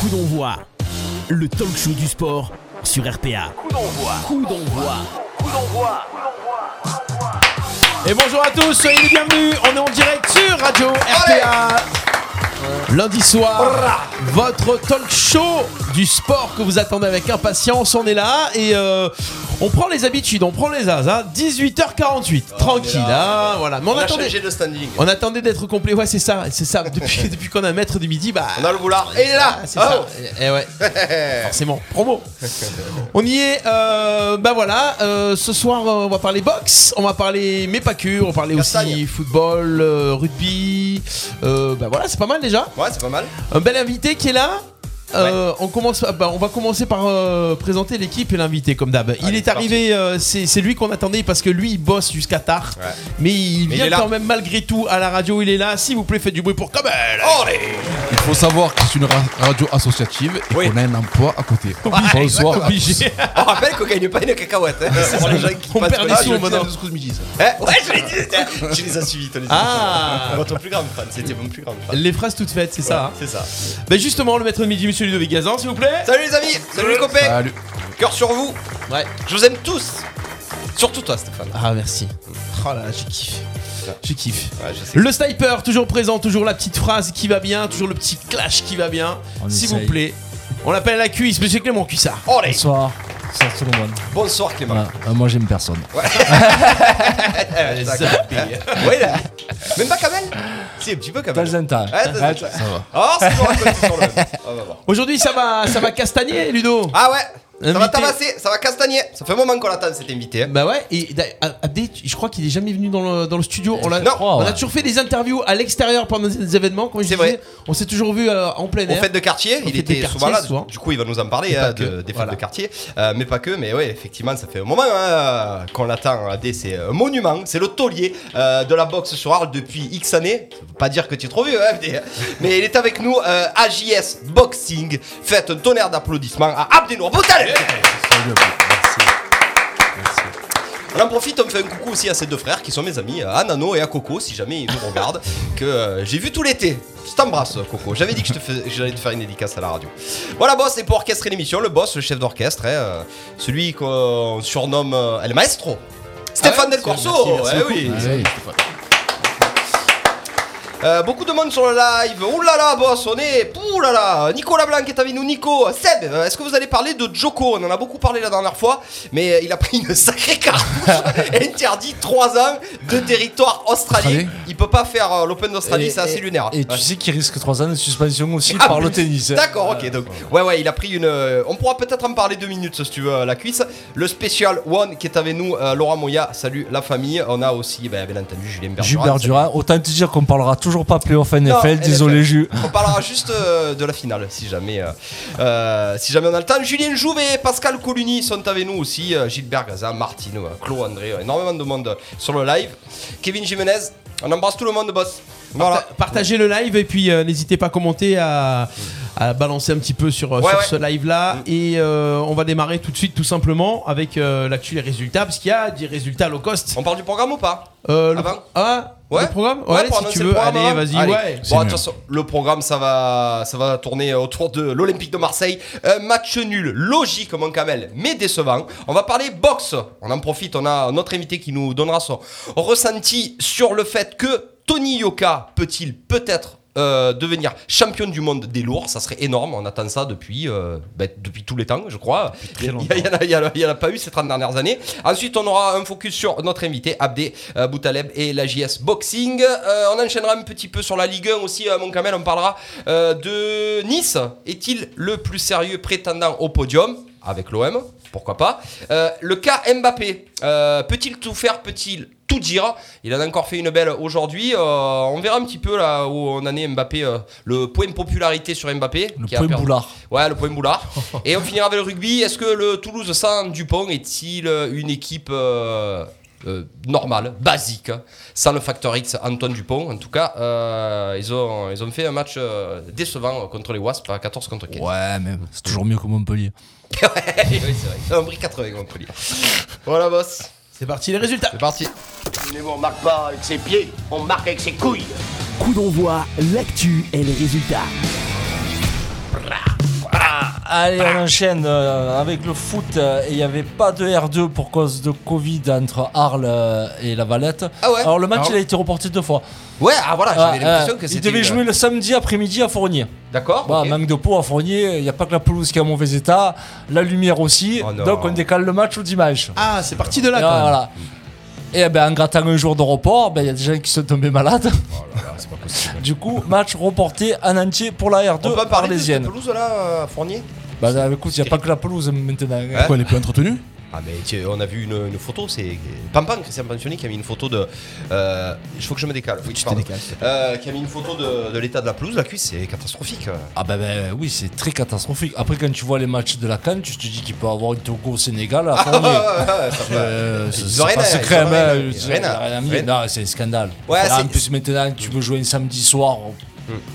Coup d'envoi, le talk show du sport sur RPA. Coup d'envoi. Coup d'envoi. Et bonjour à tous, soyez les bienvenus. On est en direct sur Radio RPA. Lundi soir, votre talk show du sport que vous attendez avec impatience. On est là et euh, on prend les habitudes, on prend les as. hein. 18h48, tranquille. hein, voilà. Mais on, On a attendait, changé de standing. on attendait d'être complet. Ouais, c'est ça, c'est ça. Depuis, depuis qu'on a un maître du midi, bah. On a le boulard. Et il est là. Oh. Ah, c'est ça. Et, ouais. Forcément, promo. On y est. euh, bah voilà. euh, ce soir, euh, on va parler boxe, on va parler mais pas que. On va parler aussi Castagne. football, euh, rugby. Euh, bah voilà, c'est pas mal déjà. Ouais, c'est pas mal. Un bel invité qui est là. Euh, on, commence, bah, on va commencer par euh, présenter l'équipe et l'invité comme d'hab. Il est Allez, c'est parti. arrivé, euh, c'est c'est lui qu'on attendait parce que lui il bosse jusqu'à tard. Ouais. Mais il Mais il vient est là. quand même malgré tout à la radio, il est là. S'il vous plaît, faites du bruit pour Kamel. Eh, Oh, Il faut savoir que c'est une ra- radio associative et Oui. qu'on a un emploi à côté. Bonsoir. à tous. Obligé. On rappelle qu'on gagne pas une cacahuète. hein. Pour les gens qui On passent perd par des là, sous je- maintenant. Eh, Ouais, je l'ai dit. Tu les as suivis, tu les as Ah. suivis. Votre plus grande fan. C'était mon plus grande fan. Les phrases toutes faites, c'est ça. hein. C'est ça. Bah justement, le maître de midi, monsieur Ludovic Gazan, s'il vous plaît. Salut les amis. Salut les copains. Salut. Cœur sur vous. Ouais. Je vous aime tous. Surtout toi, Stéphane. Ah merci. Oh là là, je kiffe. Je kiffe. Ouais, je sais. Le sniper, toujours présent, toujours la petite phrase qui va bien, toujours le petit clash qui va bien. On S'il essaye. vous plaît. On l'appelle la cuisse, monsieur Clément Cuissard. Allez. Bonsoir, c'est Arthur Lombard. Oh, Bonsoir Clément. Voilà, euh, moi j'aime personne. Eh, d'accord. Ouais, là. Même pas Kamel Si, un petit peu Pas Kamel. le Zenta. Ouais, t'as- Ah, t'as- tu- Ah, c'est bon, raconte sur le même. On va voir. Aujourd'hui, ça va, ça va castagner, Ludo. Ah ouais. Ça va Invité. tabasser, ça va castagner. Ça fait un moment qu'on l'attend cet invité. hein. Bah ouais, et d'a- à- Abdé, tu- je crois qu'il est jamais venu dans le, dans le studio. On, l'a- Non. on a Ouais. toujours fait des interviews à l'extérieur pendant des événements, comme je C'est disais. vrai. On s'est toujours vu euh, en plein Aux air. fêtes de quartier, Aux il fêtes de était quartier, souvent là, souvent. du coup il va nous en parler Et hein, pas que, de- des fêtes voilà. de quartier, Euh, mais pas que, mais ouais effectivement ça fait un moment hein, qu'on l'attend, hein, dès- c'est un monument, c'est le taulier euh, de la boxe sur Arles depuis X années, ça veut pas dire que tu es trop vieux, hein, FD, hein. mais il est avec nous, euh, AJS Boxing, faites un tonnerre d'applaudissements à Abdenour Boutal On en profite, on fait un coucou aussi à ses deux frères qui sont mes amis, à Nano et à Coco, si jamais ils nous regardent, que euh, j'ai vu tout l'été. Je t'embrasse, Coco. J'avais dit que je te fais- j'allais te faire une dédicace à la radio. Voilà, boss, et pour orchestrer l'émission, le boss, le chef d'orchestre, hein, euh, celui qu'on surnomme euh, El Maestro. Stéphane Del Corso, eh oui. Ah oui. Euh, beaucoup de monde sur le live. Ouh là là, boss, on est. Ouh là là, Nicolas Blanc est avec nous. Nico, Seb, euh, est-ce que vous allez parler de Joko On en a beaucoup parlé la dernière fois, mais euh, il a pris une sacrée cartouche. interdit 3 ans de territoire australien. Australie. Il peut pas faire euh, l'Open d'Australie, Et- c'est assez et- lunaire. Et Ouais. tu sais qu'il risque 3 ans de suspension aussi Ah, par le plus. tennis. hein. D'accord, ok. Donc, ouais, ouais, il a pris une. euh, on pourra peut-être en parler deux minutes si tu veux, euh, la cuisse. Le spécial One qui est avec nous, euh, Laura Moya. Salut la famille. On a aussi, ben, bien entendu, Julien Bergeron. Jules Berdurin, autant te dire qu'on parlera toujours pas playoff NFL, NFL. désolé Jus. On parlera juste euh, de la finale si jamais, euh, euh, si jamais on a le temps. Julien Jouvet, Pascal Coluni sont avec nous aussi. euh, Gilbert Gaza, Martine, euh, Claude André, euh, énormément de monde sur le live. Kevin Jimenez, on embrasse tout le monde, boss. Voilà. Parta- Partagez le live et puis euh, n'hésitez pas à commenter, à, à balancer un petit peu sur, euh, Ouais, sur ouais. Mm. ce live-là. Et euh, on va démarrer tout de suite, tout simplement, avec euh, l'actu et les résultats, parce qu'il y a des résultats low cost. On parle du programme ou pas Euh, le, Ah ben ah, Ah Ouais. le programme Ouais, Allez, pour si annoncer tu le veux, programme, allez, hein. vas-y, Allez. ouais. Bon, de mieux. toute façon, le programme, ça va, ça va tourner autour de l'Olympique de Marseille. Un match nul, logique, mon Kamel, mais décevant. On va parler boxe. On en profite, on a notre invité qui nous donnera son ressenti sur le fait que Tony Yoka peut-il peut-être euh, devenir champion du monde des lourds, ça serait énorme. On attend ça depuis, euh, ben, depuis tous les temps, je crois. Il n'y en a, il y en a- il y en a pas eu ces 30 dernières années. Ensuite, on aura un focus sur notre invité, Abdé euh, Boutaleb et la JS Boxing. Euh, on enchaînera un petit peu sur la Ligue 1 aussi, euh, mon Kamel. On parlera euh, de Nice. Est-il le plus sérieux prétendant au podium avec l'OM, pourquoi pas. Euh, le cas Mbappé, euh, peut-il tout faire, peut-il tout dire Il en a encore fait une belle aujourd'hui. Euh, on verra un petit peu là où on en est Mbappé, euh, le point de popularité sur Mbappé. Le qui a point perdu- boulard. Ouais, le point boulard. Et on finira avec le rugby. Est-ce que le Toulouse sans Dupont est-il une équipe euh, euh, normale, basique, sans le facteur X Antoine Dupont En tout cas, euh, ils, ont, ils ont fait un match euh, décevant contre les Wasps, à 14 contre 15. Ouais, mais c'est toujours mieux que Montpellier. oui, c'est vrai. Ils ont pris 80 contre les Voilà, boss. C'est parti, les résultats. C'est parti. Mais on marque pas avec ses pieds, on marque avec ses couilles. Coup d'envoi, l'actu et les résultats. Allez, Bah. on enchaîne euh, avec le foot. euh, et Il n'y avait pas de R2 pour cause de Covid entre Arles euh, et La Valette. Ah ouais Alors le match, Alors il a été reporté deux fois. Ouais, ah voilà, j'avais Ah, l'impression euh, que il c'était. devait une- jouer le samedi après-midi à Fournier. D'accord. Bah, ok. Manque de peau à Fournier, il n'y a pas que la pelouse qui est en mauvais état, la lumière aussi. Oh non. donc on décale le match au dimanche. Ah, c'est parti de là, Et quand même. voilà. Et ben, en grattant un jour de report, ben, il y a des gens qui sont tombés malades. Oh du coup, match reporté en entier pour la R2 On peut parler de cette arlésienne. pelouse là, à Fournier Bah, bah, écoute, il n'y a pas que la pelouse maintenant. hein. Pourquoi elle est plus entretenue Ah mais tiens, on a vu une, une photo, c'est Pampan, Christian Pansoni qui a mis une photo de... euh, Il faut que je me décale. Oui, pardon. Euh, qui a mis une photo de, de l'état de la pelouse, la cuisse, c'est catastrophique. Ah ben, ben, oui, c'est très catastrophique. Après, quand tu vois les matchs de la Cannes, tu te dis qu'il peut y avoir une Togo au Sénégal à Ah, ouais, ouais, Fournier. ouais, ça va. Euh, Ils c'est ont c'est rien pas à- secret, ils hein, ont rien à- mais ils ont je- rien à- rien à mis. rien. Non, c'est un scandale. Ouais, Voilà, c'est- Hmm. en plus, maintenant, tu veux jouer un samedi soir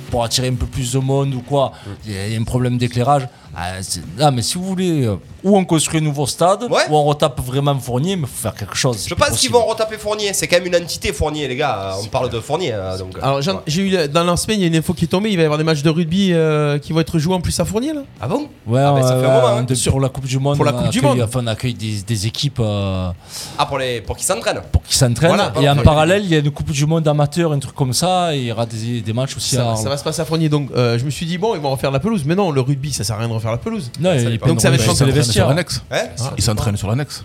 pour attirer un peu plus de monde ou quoi. Il y a- il y a un problème d'éclairage. Ah, c'est- non, mais si vous voulez, euh, ou on construit un nouveau stade, Ouais. ou on retape vraiment Fournier, mais faut faire quelque chose. c'est Je pas pense qu'ils possible. vont retaper Fournier, c'est quand même une entité Fournier les gars, on parle de Fournier euh, donc. Alors, j'ai- Ouais. j'ai eu la- dans l'insemaine, il y a une info qui est tombée. Il va y avoir des matchs de rugby euh, qui vont être joués en plus à Fournier, là. Ah bon Ouais, Ah, ben, ça ouais, fait un moment, ouais, hein. de- pour la Coupe du Monde, Pour la on Coupe du accueille- Monde. enfin, on accueille des, des équipes euh, Ah pour, les... pour qu'ils s'entraînent hein pour qui s'entraînent. Voilà, et en parfait. parallèle, il y a une Coupe du Monde amateur, un truc comme ça, et il y aura des, des matchs aussi à Ça, Arles. ça va se passer à Fournier. Donc, euh, je me suis dit, bon, ils vont refaire la pelouse. Mais non, le rugby, ça sert à rien de refaire la pelouse. Non, il y a dépend. pas Donc, ça de- va être Ah, c'est championnat Ils s'entraînent les sur l'annexe. vestiaires. Ah, Hein Ils s'entraînent sur l'annexe.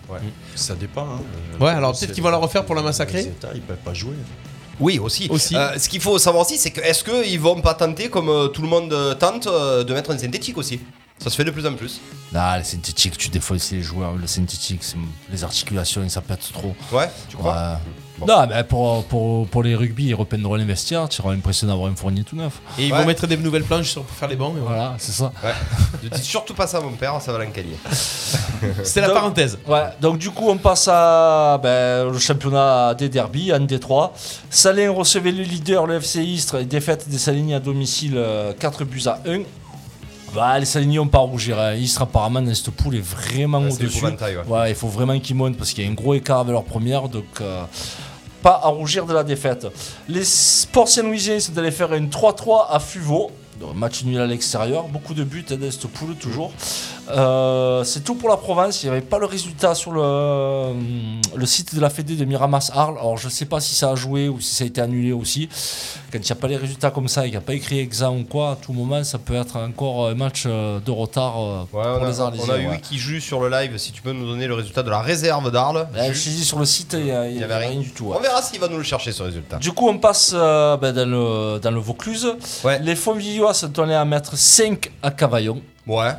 Ça dépend. hein. Ouais, alors C'est- peut-être qu'ils vont la refaire pour la massacrer. les États, Ils peuvent pas jouer. Oui aussi. Aussi. Euh, ce qu'il faut savoir aussi c'est que est-ce qu'ils vont pas tenter comme euh, tout le monde euh, tente euh, de mettre un synthétique aussi Ça se fait de plus en plus. Non, le synthétique, tu défonces les joueurs, le synthétique, c'est- les articulations, ça pète trop. Ouais, tu crois Ouais. Non, mais pour, pour, pour les rugby, ils repeindront les vestiaires, tu auras l'impression d'avoir un fournier tout neuf. Et ils Ouais. vont mettre des nouvelles planches sur- pour faire les bancs. mais voilà. Voilà, c'est ça. Ouais. Ne dis surtout pas ça à mon père, ça va l'encagner. C'était la Donc- parenthèse. Ouais, donc du coup, on passe à ben, le championnat des derbies, en D3. Salins recevait le leader, le FC Istres, et défaite des Salins à domicile, euh, 4 buts à 1. Bah, les Salins n'ont pas à rougir. hein. Istres, apparemment, dans cette poule, est vraiment Ouais, c'est au-dessus. l'épouvantail, ouais. il faut vraiment qu'ils montent parce qu'il y a un gros écart avec leur première. Donc. euh, pas à rougir de la défaite. Les sports saint-louisiens sont allés faire une 3-3 à Fuveau. Donc, Match nul à l'extérieur, beaucoup de buts hein, dans cette poule toujours. Euh, c'est tout pour la province, il n'y avait pas le résultat sur le, le site de la Fédé de Miramas Arles. Alors je ne sais pas si ça a joué ou si ça a été annulé aussi. Quand il n'y a pas les résultats comme ça et qu'il n'y a pas écrit exam ou quoi, à tout moment ça peut être encore un match euh, de retard euh, Ouais, pour on, les a, Arlésiens. on a eu ouais. qui joue sur le live. Si tu peux nous donner le résultat de la réserve d'Arles. Là, Ju. Eh, je suis dit sur le site, il n'y a, il y Il y avait rien du tout. ouais. On verra s'il va nous le chercher ce résultat. Du coup, on passe euh, ben, dans, le, dans le Vaucluse. Ouais. Les Fontvieillois sont allés à mettre 5 à Cavaillon. Ouais,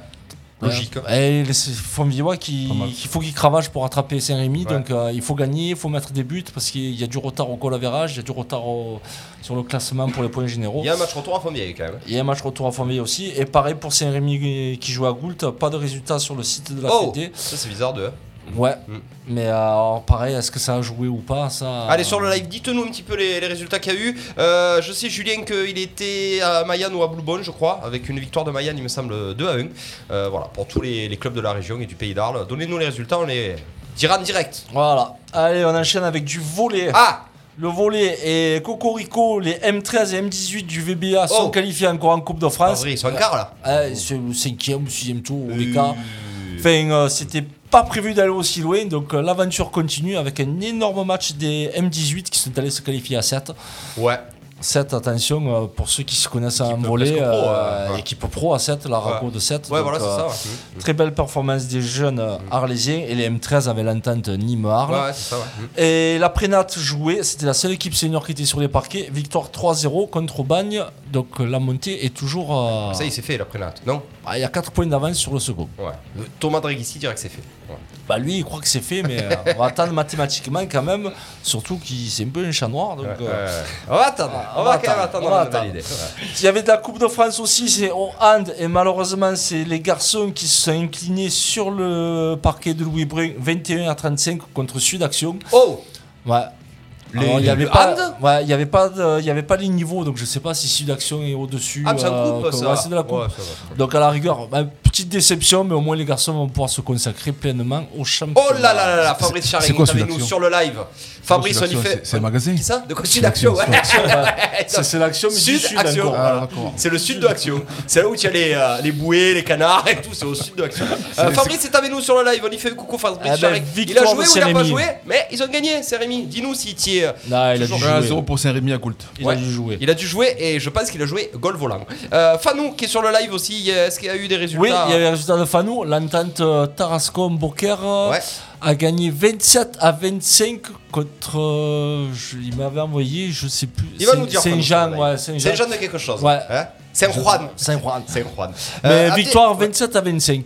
logique. Ouais. Et les Fontvieillois, qui, Pas mal. qu'il faut qu'ils cravachent pour attraper Saint-Rémy. Ouais. Donc, euh, il faut gagner, il faut mettre des buts parce qu'il y a du retard au goal average, il y a du retard au- sur le classement pour les points généraux. Il y a un match retour à Fontvieille quand même. Il y a un match retour à Fontvieille aussi. Et pareil pour Saint-Rémy qui joue à Goult. Pas de résultat sur le site de la Oh, Fédé. ça c'est bizarre de. Ouais. Mm. Mais euh, alors, pareil, est-ce que ça a joué ou pas ça, Ah. euh, Allez sur le live, dites-nous un petit peu les, les résultats qu'il y a eu. Euh, je sais Julien qu'il était à Mayenne ou à Bourbonne, je crois, avec une victoire de Mayenne, il me semble 2 à 1. Euh, voilà, pour tous les, les clubs de la région et du pays d'Arles, donnez-nous les résultats, on les dira en direct. Voilà. Allez, on enchaîne avec du volet. Ah, Le volet et Cocorico, les M13 et M18 du VBA sont Oh. qualifiés encore en Coupe de pas France. vrai, ils sont en quart là. Ah, c'est le cinquième ou sixième tour, ou les Euh, cas. Enfin, euh, c'était pas prévu d'aller aussi loin, donc euh, l'aventure continue avec un énorme match des M18 qui sont allés se qualifier à 7. Ouais. 7, attention, euh, pour ceux qui se connaissent en Équipe volet, presque pro, euh, ouais. équipe pro à 7, la Raco de 7. Ouais, donc, voilà, c'est euh, ça. ouais. Très belle performance des jeunes euh, arlésiens et les M13 avaient l'entente Nîmes-Arles. Ouais, ouais, c'est ça. ouais. Et la Prénate jouait, c'était la seule équipe senior qui était sur les parquets. Victoire 3-0 contre Bagne. Donc euh, la montée est toujours. euh, Ça, il s'est fait la prénate. Non ah, il y a 4 points d'avance sur le second. Ouais. Le Thomas Dragissi dirait que c'est fait. Ouais. Bah lui, il croit que c'est fait, mais euh, on va attendre mathématiquement quand même. Surtout qu'il c'est un peu un chat noir. Donc, Ouais, euh, ouais. On va attendre. Ah, on on va va quand même attendre, attendre on va avant de attendre. valider. Ouais. Il y avait de la Coupe de France aussi, c'est au hand. Et malheureusement, c'est les garçons qui se sont inclinés sur le parquet de Louis Brun 21 à 35 contre Sud Action. Oh Ouais. Les- Alors, il n'y avait, le pas, hand ouais, il y avait pas, de- il y avait pas les niveaux, donc je sais pas si Sud Action est au-dessus. Ah, mais c'est euh, un coupe, comme- ça. ouais, c'est de la coupe. Ouais, ça va. Donc à la rigueur, bah, p- Petite déception, mais au moins les garçons vont pouvoir se consacrer pleinement au championnat. Oh là là là là, Fabrice C'est- Charing c'est est quoi, avec celui-là, nous sur le live. Fabrice, on y Action, fait. c'est- C'est un magasin C'est ça De quoi C'est Sud Action, ouais. l'action, Ça, c'est l'action, mais Sud du sud Action. encore. voilà. Ah, d'accord. C'est le sud de Action. C'est là où tu as les, euh, les bouées, les canards et tout, c'est au sud de Action. Euh, Fabrice est avec nous sur le live, on y fait coucou Fabrice Eh ben, Charing. Il a victoire joué de ou il a pas Saint-Rémy. joué Mais ils ont gagné, c'est Rémi. Dis-nous si tu es. Là, il a dû Ah, jouer. 0 pour Saint-Rémy à Goult. Il Ouais. a dû jouer. Il a dû jouer et je pense qu'il a joué goal volant. Euh, Fanou qui est sur le live aussi, est-ce qu'il y a eu des résultats Oui, il y a les résultats de Fanou. L'entente euh, Tarascon-Boker euh, Ouais. a gagné 27 à 25 contre. euh, je- il m'avait envoyé, je sais plus. Il va Saint- nous dire. Saint-Jean, Fanou, ouais, Saint-Jean. Saint-Jean. Saint-Jean de quelque chose. Ouais. hein Saint-Juan. Saint-Juan. Saint-Juan. Mais Euh, Abdé- victoire 27 à 25.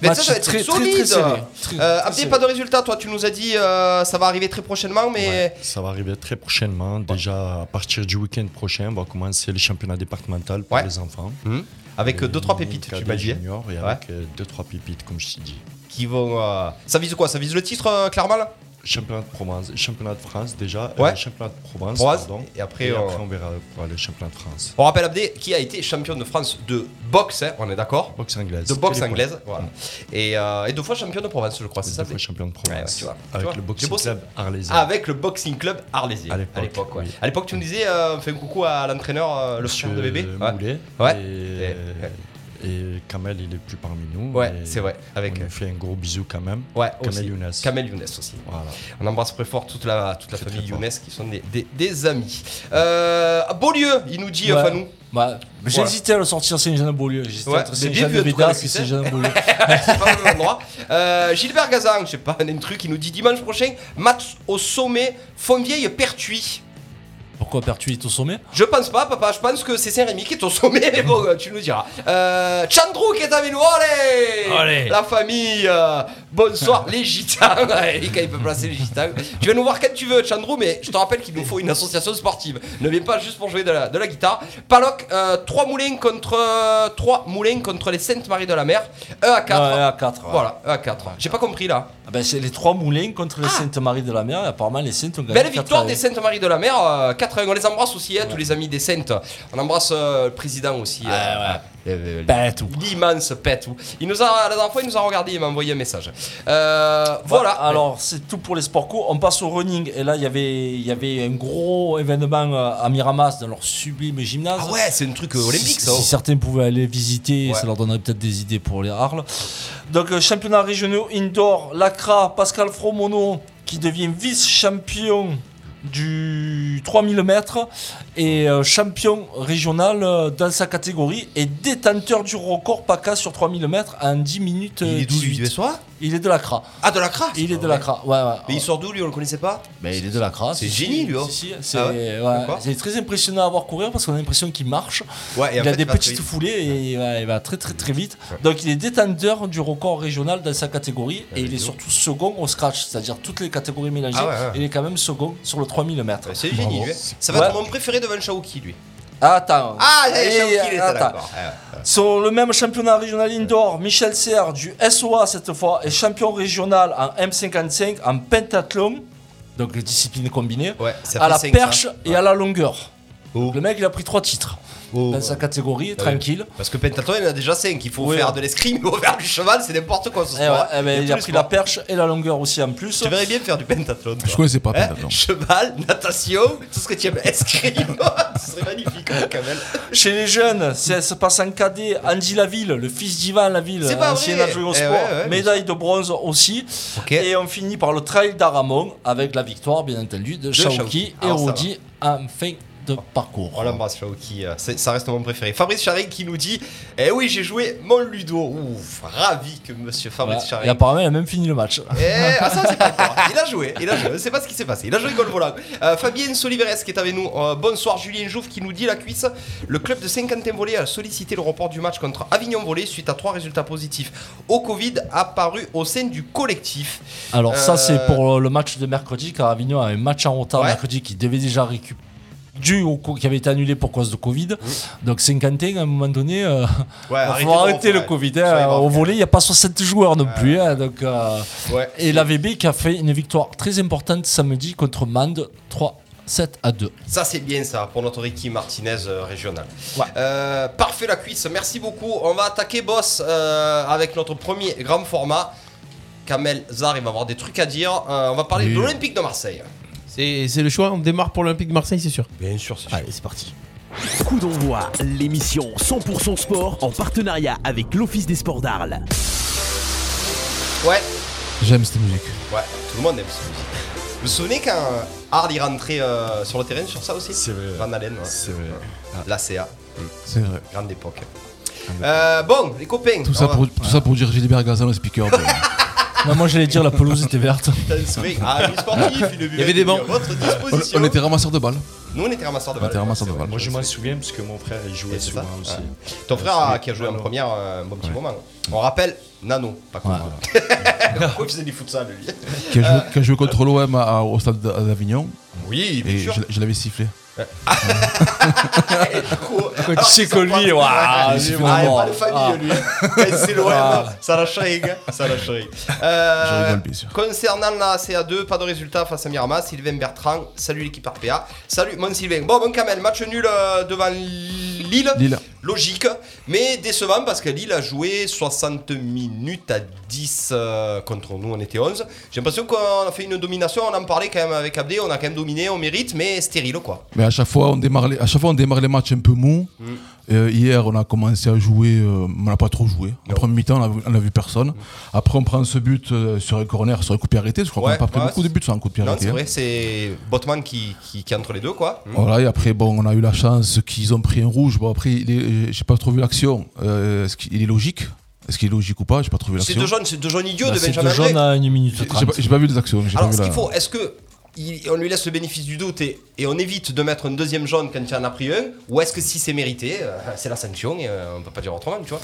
Mais Match ça, ça va être très, très, solide. très serré. Très- Euh, très Abdé, serré. pas de résultat, toi tu nous as dit euh, ça va arriver très prochainement, mais Ça va arriver très prochainement. Déjà, à partir du week-end prochain, on va commencer le championnat départemental pour Ouais. les enfants. avec 2 deux trois pépites, tu m'as dit, hein, Junior et avec 2-3 pépites, comme je t'ai dit. qui vont. euh, Ça vise quoi Ça vise le titre, euh, clairement là Championnat de Provence, championnat de France déjà, Ouais. euh, championnat de Provence, Provence, pardon. et après, et euh, après on verra pour le championnat de France. On rappelle Abdé qui a été champion de France de boxe, hein, on est d'accord Boxe anglaise. De boxe Télépoint. anglaise, voilà. Et, euh, et deux fois champion de province, je crois, c'est Deux ça fois Abdé champion de Provence. Ouais, ouais, tu vois, tu avec vois. le J'ai boxing bossé. Ah, club arlésien. avec le Boxing Club Arlésien À l'époque, à l'époque. ouais. oui. À l'époque, tu nous disais, euh, fais un coucou à l'entraîneur, euh, le frère de Monsieur bébé. Ouais. Moulet. Ouais. Et, et Kamel, il est plus parmi nous. Ouais, Et c'est vrai, avec- On lui fait un gros bisou quand même. Ouais, Kamel aussi. Younes. Kamel Younes aussi. Voilà. On embrasse très fort toute la, toute la Très, famille très fort. Younes qui sont des, des- des amis. Euh, à Beaulieu, il nous dit, Ouais. enfin nous. Bah, mais Voilà. J'hésitais à le sortir Saint-Jean de Beaulieu. J'hésitais Ouais, entre mais Saint-Jean bien vu, de en tout cas, Bédas le et succès. Saint-Jean de Beaulieu. c'est pas le même endroit. Euh, Gilbert Gazan, je sais pas, un truc, il nous dit dimanche prochain, match au sommet, Fontvieille Pertuis. Pourquoi Pertuis est au sommet Je pense pas, papa, je pense que c'est Saint-Rémy qui est au sommet, mais bon, euh, tu nous diras. Euh, Chandrou qui est avec nous, allez, Allez. La famille, euh, bonsoir, les gitans. Ouais, quand il peut placer les gitans. Tu vas nous voir quand tu veux, Chandrou, mais je te rappelle qu'il nous faut une association sportive. Ne viens pas juste pour jouer de la, de la guitare. Paloc, 3 moulins contre 3 moulins contre les Sainte-Marie de la Mer, 1 à 4. Ouais, E à 4. Voilà, 1 à 4. J'ai pas compris là. ben, c'est les trois moulins contre les Sainte-Marie de la Mer. Et apparemment, les Saintes ont gagné. Ah. Belle quatre victoire à des un. Saintes Marie de la Mer, euh, 4 On les embrasse aussi, hein, tous les amis des Saintes. On embrasse euh, le président aussi. euh, euh, euh, Ben, tout. L'immense Petou. Il nous a, la dernière fois, il nous a regardé, il m'a envoyé un message. Euh, voilà. Bah, alors, c'est tout pour les sports co. On passe au running. Et là, il y avait- il y avait un gros événement euh, à Miramas dans leur sublime gymnase. Ah ouais, c'est un truc euh, Si- olympique ça. Si, certains pouvaient aller visiter, Ouais. ça leur donnerait peut-être des idées pour les Arles. Donc, euh, championnat régionaux indoor, Lacra, Pascal Fromono, qui devient vice-champion du 3000 mètres et euh, champion régional euh, dans sa catégorie et détenteur du record PACA sur 3000 mètres en 10 minutes euh, 18. soi Il est de Lacra. Ah, de la crasse Il est de Lacra. Ouais, ouais. Mais il sort d'où lui, on le connaissait pas Mais il est de la crasse. C'est Si, génie, si, lui, hein. si, si, C'est Ah ouais ouais, D'accord. c'est très impressionnant à voir courir parce qu'on a l'impression qu'il marche. Ouais, et en il a fait, des va très petites vite. foulées et ouais, il va très très très vite. Donc il est détenteur du record régional dans sa catégorie et il est surtout second au scratch, c'est-à-dire toutes les catégories mélangées. Ah ouais, ouais. Il est quand même second sur le 3000 mètres. Ouais, C'est génial lui. hein. Ça va être mon préféré devant Shaoki lui. Attends. Ah, Et- Shaoki il était là, attends. d'accord. Ouais, ouais. Sur le même championnat régional indoor, Michel Serre du SOA cette fois est champion régional en M55 en pentathlon, donc discipline combinée, Ouais, ça à fait la cinq, hein. perche ça. et à la longueur. Oh. Donc le mec il a pris trois titres Oh. dans sa catégorie, tranquille. Parce que pentathlon, il y en a déjà 5. Il faut Oui, faire ouais. de l'escrime, il faut faire du cheval, c'est n'importe quoi ce Eh sport. ouais, eh ben, y a il tous a les pris sports. la perche et la longueur aussi en plus. Je te verrais bien faire du pentathlon. toi. Je connaissais pas, Hein Oh, pardon. cheval, natation, tout ce que tu aimes, escrime. ce serait magnifique, hein, quand même. Chez les jeunes, ça se passe en cadet. Andy Laville, le fils d'Ivan Laville, C'est pas ancien vrai. adjoint Eh au sport, ouais, ouais, médaille de bronze aussi. Ok. Et on finit par le trail d'Aramon avec la victoire, bien entendu, de, Shaoqi. Shaoqui et Alors, ça Rodi en fin de parcours. On Oh, l'embrasse, Shaoki. euh, c'est- Ça reste mon préféré. Fabrice Charing qui nous dit Eh oui, j'ai joué mon Ludo. Ouf, ravi que monsieur Voilà. Fabrice Et Charing. apparemment, il Bah, a même fini le match. Eh, ah, ça, c'est pas encore. Il a joué, il a joué. C'est pas ce qui s'est passé. Il a joué goal volant. Euh, Fabien Soliveres qui est avec nous. Euh, bonsoir, Julien Jouve qui nous dit la cuisse. Le club de Saint-Quentin Volley a sollicité le report du match contre Avignon Volley suite à trois résultats positifs au Covid apparus au sein du collectif. Alors, Euh, ça, c'est pour le match de mercredi, car Avignon a un match en retard Ouais. mercredi qui devait déjà récupérer. Dû au co- qui avait été annulé pour cause de Covid. Donc, Saint-Quentin, à un moment donné, euh, Ouais, va arrêtez falloir de arrêter le reprendre. Covid. Soyez hein. brave, Au volet, il n'y a pas 60 joueurs non plus. hein, donc, euh, Ouais. et l'AVB qui a fait une victoire très importante samedi contre Mende 3. 7 à 2. Ça, c'est bien ça pour notre Ricky Martinez euh, régional. Euh, parfait la cuisse, merci beaucoup. On va attaquer Boss euh, avec notre premier grand format. Kamel Zar, il va avoir des trucs à dire. Euh, on va parler Oui. de l'Olympique de Marseille. C'est c'est le choix, on démarre pour l'Olympique de Marseille, c'est sûr. Bien sûr, c'est Allez, c'est parti. Coup d'envoi, l'émission 100% sport en partenariat avec l'Office des sports d'Arles. Ouais, J'aime cette musique. ouais, tout le monde aime ça. Vous vous souvenez quand euh, Arles est rentré euh, sur le terrain sur ça aussi C'est vrai. Van Allen, ouais. C'est vrai. la CA, C'est vrai. grande époque. Euh, bon, les copains, Tout ça, pour, tout ça pour dire Gilbert Gazan, le speaker. bon. Non, moi j'allais dire la pelouse était verte. Ah, une sportive, une y avait des bancs. à votre on, disposition. on était ramasseurs de balles. Nous, on était ramasseurs de On balles. était ramasseurs de C'est vrai. balles. Moi, je m'en souviens parce que mon frère, il jouait Ah, Et c'est souvent ça. Ah. aussi. Ton frère Euh, a- qui a joué en Nano. première euh, un bon petit moment. On rappelle Nano, pas contre. Pourquoi il faisait du futsal lui Qui a, joué, qui a joué Euh. contre l'OM à- à- au stade d'- d'Avignon. Oui, bien Et sûr. je, je l'avais sifflé. Tu tu sais que lui, waouh, il c'est est mon pas mort. de famille Ah. lui. Eh, C'est l'OM, ça lâche rien, gars. ça lâche rien. Euh, Je rigole, bien sûr. Concernant la CA2, pas de résultat face à Mirama, Sylvain Bertrand, salut l'équipe RPA, salut mon Sylvain. Bon, bon Kamel, match nul euh, devant Lille. Lille. Logique, mais décevant parce que Lille a joué 60 minutes à 10 euh, contre nous, on était 11. J'ai l'impression qu'on a fait une domination, on en parlait quand même avec Abdé, on a quand même dominé, on mérite, mais stérile quoi. Mais à chaque fois, on démarre les, à chaque fois, on démarre les matchs un peu mous. Mm. Euh, hier, on a commencé à jouer, euh, on n'a pas trop joué. En première mi-temps, on a vu- on n'a vu personne. Mm. Après, on prend ce but euh, sur un corner, sur un coup de pied arrêté. Je crois Ouais, qu'on n'a pas pris ouais, beaucoup de buts sur un coup de pied Non, arrêté. hein. c'est vrai, c'est Botman qui, qui, qui est entre les deux quoi. Mm. Voilà, et après, bon, on a eu la chance qu'ils ont pris un rouge. Bon, après, il est- j'ai pas trop vu l'action. Euh, Est-ce qu'il est logique Est-ce qu'il est logique ou pas J'ai pas trouvé C'est l'action. deux jeunes, c'est deux jeunes idiots Bah, de C'est Benjamin de jaune André. à 1 minute J'ai j'ai pas, 30. j'ai pas vu les actions. j'ai pas Alors vu ce la- qu'il faut, est-ce que il- on lui laisse le bénéfice du doute et, et on évite de mettre un deuxième jaune quand il en a pris un, ou est-ce que si c'est mérité, euh, c'est la sanction et euh, on peut pas dire autrement, tu vois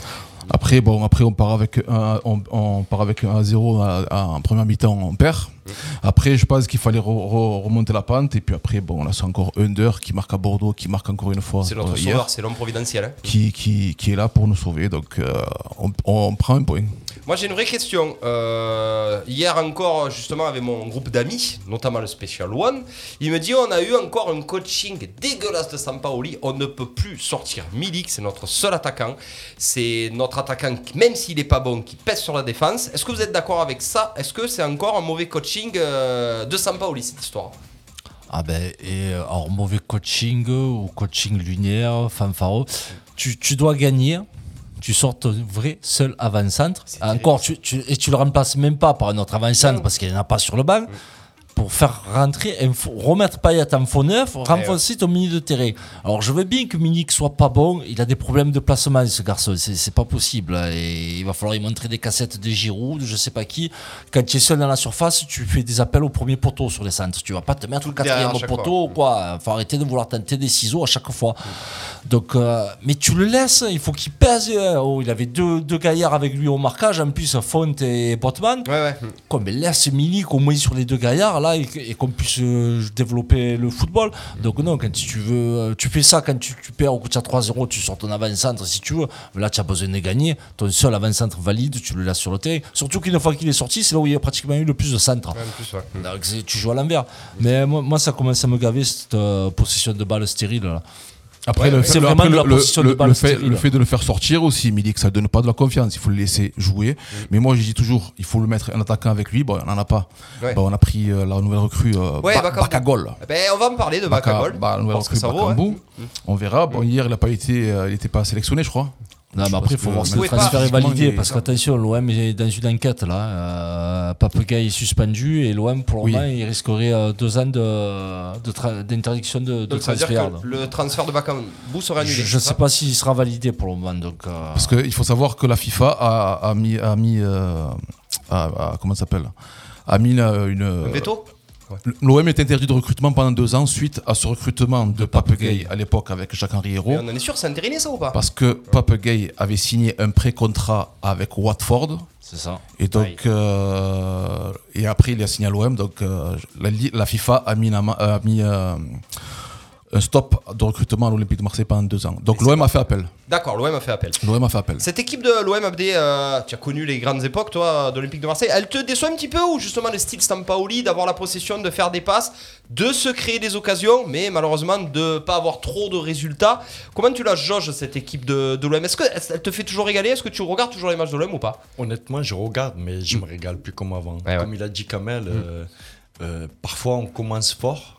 Après, bon, après, on part avec un, on, on part avec un 0 à- à- en première mi-temps, on perd. Hmm. Après, je pense qu'il fallait re- re- remonter la pente. Et puis après, bon, là, c'est encore Under qui marque à Bordeaux, qui marque encore une fois. C'est notre euh, hier, sauveur, c'est l'homme providentiel. hein. Qui, qui, qui est là pour nous sauver. Donc, euh, on, on prend un point. Moi j'ai une vraie question. Euh, hier encore, justement, avec mon groupe d'amis, notamment le Special One, il me dit on a eu encore un coaching dégueulasse de Sampaoli, on ne peut plus sortir Milik, c'est notre seul attaquant. C'est notre attaquant, qui, même s'il n'est pas bon, qui pèse sur la défense. Est-ce que vous êtes d'accord avec ça Est-ce que c'est encore un mauvais coaching euh, de Sampaoli cette histoire Ah ben, et euh, alors mauvais coaching euh, ou coaching lunaire, fanfaro, tu, tu dois gagner. Tu sors ton vrai seul avant-centre. Encore, tu, tu- et tu le remplaces même pas par un autre avant-centre parce qu'il n'y en a pas sur le banc. Mm. Pour faire rentrer, un faux- remettre Payet en faux neuf, renforcer ton milieu de terrain. Alors je veux bien que Minik soit pas bon, il a des problèmes de placement ce garçon, c'est c'est pas possible. hein. Et il va falloir lui montrer des cassettes de Giroud, de je sais pas qui. Quand tu es seul dans la surface, tu fais des appels au premier poteau sur les centres. Tu vas pas te mettre au derrière à quatrième chaque Mm. poteau, quoi. Faut arrêter de vouloir tenter des ciseaux à chaque fois. Donc, euh, mais tu le laisses, il faut qu'il pèse. euh, Oh, il avait deux, deux gaillards avec lui au marquage, en plus Font et Botman. Ouais, ouais. Quoi, mais laisse Milik au moins sur les deux gaillards là et, que- et qu'on puisse euh, développer le football. Donc non, quand tu veux, euh, tu fais ça quand tu, tu perds au coup de 3-0, tu sors ton avant-centre si tu veux. Mais là, tu as besoin de gagner. Ton seul avant-centre valide, tu le laisses sur le terrain. Surtout qu'une fois qu'il est sorti, c'est là où il y a pratiquement eu le plus de centres. Donc, c'est- tu joues à l'envers. Mais moi, moi, ça commence à me gaver cette euh, possession de balle stérile. Là. Après, ouais, le, c'est fait- vraiment après, de la le- le- position le- de balle le fait, stérile. le fait de le faire sortir aussi, Milik, ça donne pas de la confiance. Il faut le laisser jouer. Mais moi, je dis toujours, il faut le mettre un attaquant avec lui. Bon, on en a pas. Ouais. Bon, on a pris euh, la nouvelle recrue, euh, Ouais, Ba- Bakambou. Bakagol. Ben, on va en parler de Bacagol. Baka- bah, la Je nouvelle pense que recrue, ça vaut. hein. Bakambu. On verra. Bon, hier, il n'a pas été, euh, il n'était pas sélectionné, je crois. Non, Je mais pense après, il faut que voir si vous le pouvez transfert pas- est validé. Parce Non. qu'attention, l'OM est dans une enquête là. Euh, Papega est suspendu et l'OM, pour le Oui. moment, il risquerait euh, deux ans de- de tra- d'interdiction de, de, Donc ça veut dire transfert. que le transfert de Bacambou sera annulé. Je ne c'est ça sais pas s'il sera validé pour le moment. Donc, euh, Parce qu'il faut savoir que la FIFA a, a mis, a mis euh, a- a- comment ça s'appelle A mis là, une. Un veto Euh, L'OM est interdit de recrutement pendant deux ans suite à ce recrutement de Pape Gay à l'époque avec Jacques-Henri Hérault. oh. Mais On en est sûr, c'est entériné ça ou pas Parce que Pape Gay avait signé un pré-contrat avec Watford. c'est ça. Et donc, euh, et après, il a signé à l'OM. Donc, euh, la, li- la FIFA a mis, la ma- a mis, euh, un stop de recrutement à l'Olympique de Marseille pendant deux ans. Donc l'OM a fait appel. D'accord, l'OM a fait appel. L'OM a fait appel. Cette équipe de l'OM Abdé, euh, tu as connu les grandes époques, toi, d'Olympique de Marseille. Elle te déçoit un petit peu ou justement le style Stampaoli, d'avoir la possession, de faire des passes, de se créer des occasions, mais malheureusement de pas avoir trop de résultats. Comment tu la jauges cette équipe de, de l'OM Est-ce qu'elle te fait toujours régaler Est-ce que tu regardes toujours les matchs de l'OM ou pas Honnêtement, je regarde, mais je me régale plus comme avant. Mm. ouais. Mm. Comme il a dit Kamel, euh, euh, parfois on commence fort,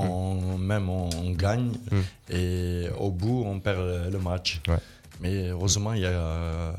on, même on, on gagne, et au bout on perd le- le match. Mm. Ouais. Mais heureusement, il y a euh,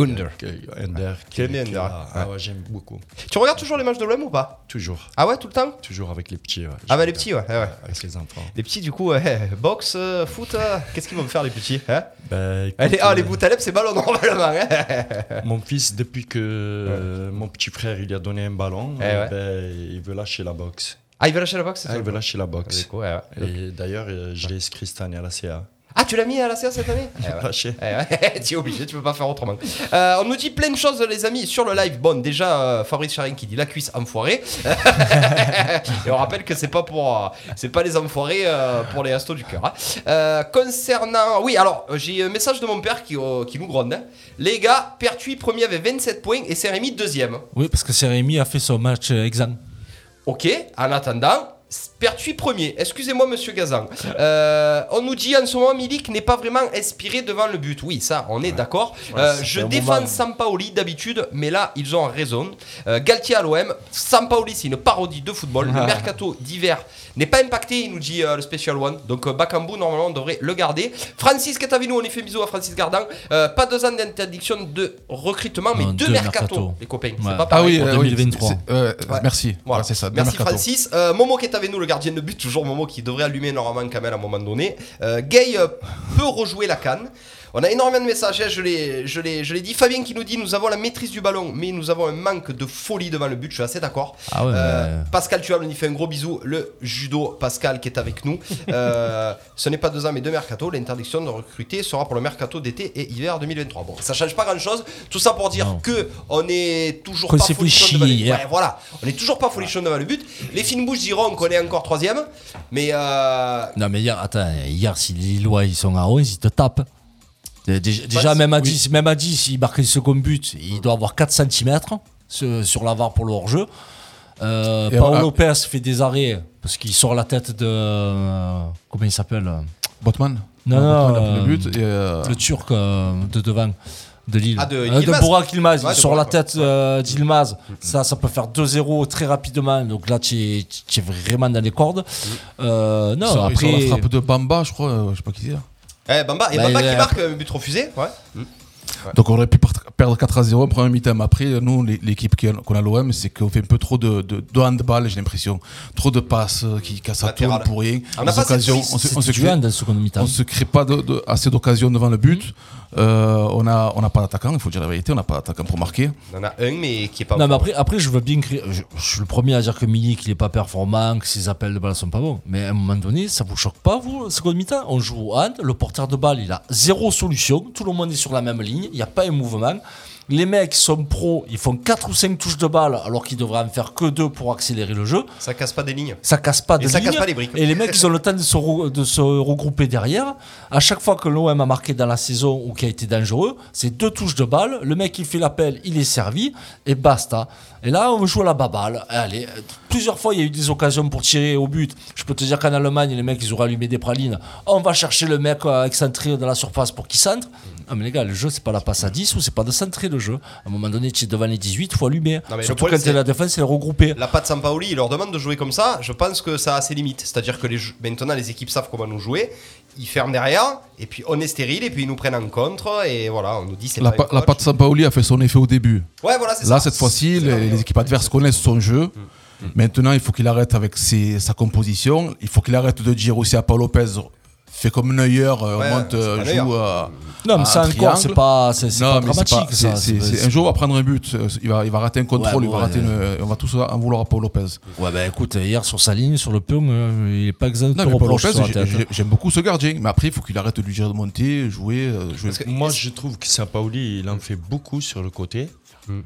Under. que- Ender qui, Kenny qui Under, a- ah ouais, j'aime beaucoup. Tu regardes toujours les matchs de l'OM ou pas Toujours, Ah ouais, tout le temps toujours avec les petits. ouais. Ah bah les Je regarde petits, ouais. ouais, ouais. Avec les enfants. Les petits, du coup, ouais, boxe, euh, foot, euh, qu'est-ce qu'ils vont faire les petits hein Bah, écoute, Allez, Ah, les euh, bouts à lèvres, c'est ballon normalement. hein Mon fils, depuis que euh, mon petit frère il lui a donné un ballon, Eh euh, ouais. ben, il veut lâcher la boxe. ah, il va lâcher la boxe c'est Ah, ça il veut lâcher la boxe. Du coup, ouais, ouais. Et d'ailleurs, euh, je l'ai inscrit cette année à la CA. Ah, tu l'as mis à la CA cette année Eh ouais. Lâché. Eh ouais, tu es obligé, tu peux pas faire autrement. Euh, on nous dit plein de choses, les amis, sur le live. Bon, déjà, euh, Fabrice Charin qui dit la cuisse enfoirée. Et on rappelle que c'est pas pour, euh, c'est pas les enfoirés euh, pour les restos du cœur. hein. Euh, concernant, oui, alors euh, j'ai un message de mon père qui, euh, qui nous gronde. hein. Les gars, Pertuis premier avec 27 points et Sérémy deuxième. Oui, parce que Jérémy a fait son match euh, exam. Ok, en attendant, Pertuis premier. Excusez-moi, monsieur Gazan. Euh, on nous dit en ce moment, Milik n'est pas vraiment inspiré devant le but. Oui, ça, on est d'accord. Euh, je un bon défends mal. Sampaoli d'habitude, mais là, ils ont raison. Euh, Galtier à l'OM, Sampaoli, c'est une parodie de football. Le mercato d'hiver n'est pas impacté, il nous dit euh, le Special One. Donc, euh, Bakambu, normalement, on devrait le garder. Francis Catavinou, on y fait bisous à Francis Gardan. Euh, pas deux ans d'interdiction de recrutement, mais Non, deux, deux mercatos, mercato. les copains. Ouais. C'est pas Ah pareil. oui, pour euh, oui, 2023. c'est- euh, Merci. Voilà, Voilà, c'est ça. deux Merci mercato. Francis. Euh, Momo qui est avec nous, le gardien de but, toujours Momo qui devrait allumer normalement Kamel à un moment donné. Euh, Gay euh, peut rejouer la canne. On a énormément de messages, hein, je l'ai, je, l'ai, je l'ai dit. Fabien qui nous dit Nous avons la maîtrise du ballon, mais nous avons un manque de folie devant le but. Je suis assez d'accord. Ah ouais, Euh, mais- Pascal Tuable, on y fait un gros bisou. Le judo, Pascal qui est avec nous. Euh, ce n'est pas deux ans, mais deux mercato. L'interdiction de recruter sera pour le mercato d'été et hiver 2023. Bon, ça change pas grand chose. Tout ça pour dire Non. que on est toujours Qu'on pas s'est fait folichon chier devant les- hier. Ouais, voilà, on est toujours pas folichon devant le but. Les fines bouches diront qu'on est encore troisième, mais euh, Non, mais hier, attends, hier, si les Lillois ils sont à 11, ils te tapent. Euh, Dé- Déjà, déjà, même, à 10, même à 10, il marque le second but, il doit avoir 4 cm sur la VAR pour le hors-jeu. Euh, Et Paolo on a- Lopez fait des arrêts parce qu'il sort la tête de. euh, comment il s'appelle euh, Botman Non, Botman non, a pris euh, le but. et, euh, Le Turc euh, de devant, de Lille. Ah, de Euh, Yilmaz. Burak Yilmaz. Ouais, de il sort la Burak, ouais. tête euh, d'Ilmaz. Ça, ça peut faire 2-0 très rapidement. Donc là, tu es, tu es vraiment dans les cordes. Mm. Euh, non, sur- sur après. la frappe de Bamba, je crois, euh, je sais pas qui c'est. eh, Bamba, et Bah, Bamba il qui est- marque un but refusé. Ouais. Donc on aurait pu part- perdre 4 à 0 première mi-temps. Après, nous, l'é- l'équipe qui a- qu'on a à l'OM, c'est qu'on fait un peu trop de, de, de handball, j'ai l'impression. Trop de passes euh, qui cassent à Latéral. tourne pour rien. On n'a Des pas cette occasions, prise, on se, on se C'est du crée- hand dans le second mi-temps. on se crée pas de- de- assez d'occasions devant le but. Mhm. Euh, on n'a on a pas d'attaquant, il faut dire la vérité, on n'a pas d'attaquant pour marquer. On en a un, mais qui est pas. Non, mais après, après, je veux bien créer. Je, je suis le premier à dire que Milik, il est pas performant, que ses appels de balle sont pas bons. Mais à un moment donné, ça vous choque pas, vous, le second mi-temps hein On joue au hand, le porteur de balle, il a zéro solution. Tout le monde est sur la même ligne, il n'y a pas un mouvement. Les mecs sont pros, ils font 4 ou 5 touches de balle, alors qu'ils devraient en faire que 2 pour accélérer le jeu. Ça casse pas des lignes. Ça casse pas de Et ça ligne. casse pas les briques. Et les mecs, ils ont le temps de se, re- de se regrouper derrière. À chaque fois que l'OM a marqué dans la saison ou qui a été dangereux, c'est deux touches de balle. Le mec, il fait l'appel, il est servi et basta. Et là, on joue à la baballe. Allez, euh, plusieurs fois, il y a eu des occasions pour tirer au but. Je peux te dire qu'en Allemagne, les mecs, ils auraient allumé des pralines. On va chercher le mec euh, excentré de la surface pour qu'il centre. Mm. Ah, mais les gars, le jeu, c'est pas la passe à 10 ou c'est pas de centrer le jeu. À un moment donné, tu es devant les 18, faut allumer. Non, mais le Surtout problème, quand t'es c'est- la défense, c'est regroupé. La patte Sampaoli, il leur demande de jouer comme ça. Je pense que ça a ses limites. C'est-à-dire que les, jou- maintenant, les équipes savent comment nous jouer. Ils ferment derrière, et puis on est stérile, et puis ils nous prennent en contre, et voilà, on nous dit c'est La, pas. pa- un la coach. patte Sampaoli a fait son effet au début. Ouais, voilà, c'est ça. Là, cette fois-ci, C'est les, vrai. les équipes adverses connaissent son jeu. Maintenant, il faut qu'il arrête avec ses- sa composition. Il faut qu'il arrête de dire aussi à Paul Lopez fais comme Neuer, euh, Ouais, monte, c'est euh, pas joue. Neuer. euh, Non, un mais ça encore, triangle. c'est pas, c'est, c'est Non, pas mais c'est dramatique. pas- c'est- ça, c'est- c'est- c'est- un jour, on va prendre un but. Euh, Il va, il va rater un contrôle. Ouais, il va bon, rater ouais. une- euh, on va tous en vouloir à Paul Lopez. Ouais, bah écoute, hier sur sa ligne, sur le pion, euh, il est pas exempt Non, de mais Paul reproche Lopez, sur la j'ai- tête. hein. j'ai- j'aime beaucoup ce gardien. Mais après, il faut qu'il arrête de lui dire de monter, jouer. euh, jouer. Moi, je trouve que Sampaoli, il en fait beaucoup sur le côté.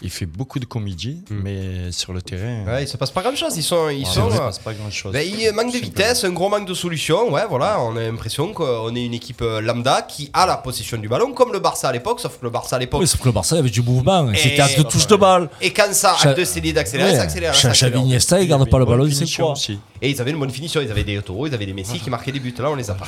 Il fait beaucoup de comédie, mais sur le terrain, Hmm. Ouais, il se passe pas grand chose. Ils sont. Ils il sont se euh, passe pas grand chose. ben, il manque de vitesse, un gros manque de solutions. Ouais, voilà, on a l'impression qu'on est une équipe euh, lambda qui a la possession du ballon, comme le Barça à l'époque, sauf que le Barça à l'époque. Oui, sauf que le Barça avait du mouvement. Et- C'était à Eh, bah, deux touches de balle. Et quand ça, Cha- a deux CD d'accélérer, ça accélère. ça Xavi accélère. Iniesta, il garde pas le ballon, il sait quoi. Et ils avaient une bonne finition, ils avaient des taureaux, ils avaient des Messi qui marquaient des buts, là on les a pas.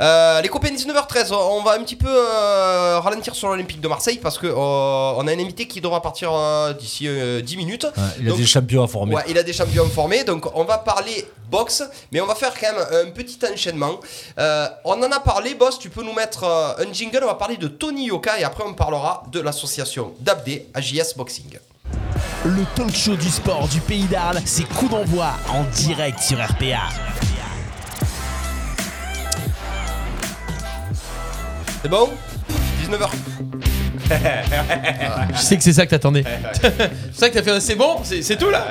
Euh, les copains 19h13, on va un petit peu euh, ralentir sur l'Olympique de Marseille parce que euh, on a un invité qui devra partir euh, d'ici euh, 10 minutes. Ouais, il a Donc, des champions à former. Ouais, il a des champions formés, donc on va parler boxe, mais on va faire quand même un petit enchaînement. Euh, on en a parlé, boss, tu peux nous mettre euh, un jingle, on va parler de Tony Yoka et après on parlera de l'association d'Abdé AJS Boxing. Le talk show du sport du pays d'Arles, c'est Coup d'envoi en direct sur RPA. C'est bon 19h. Je sais que c'est ça que t'attendais. c'est ça que t'as fait. C'est bon, c'est c'est tout là.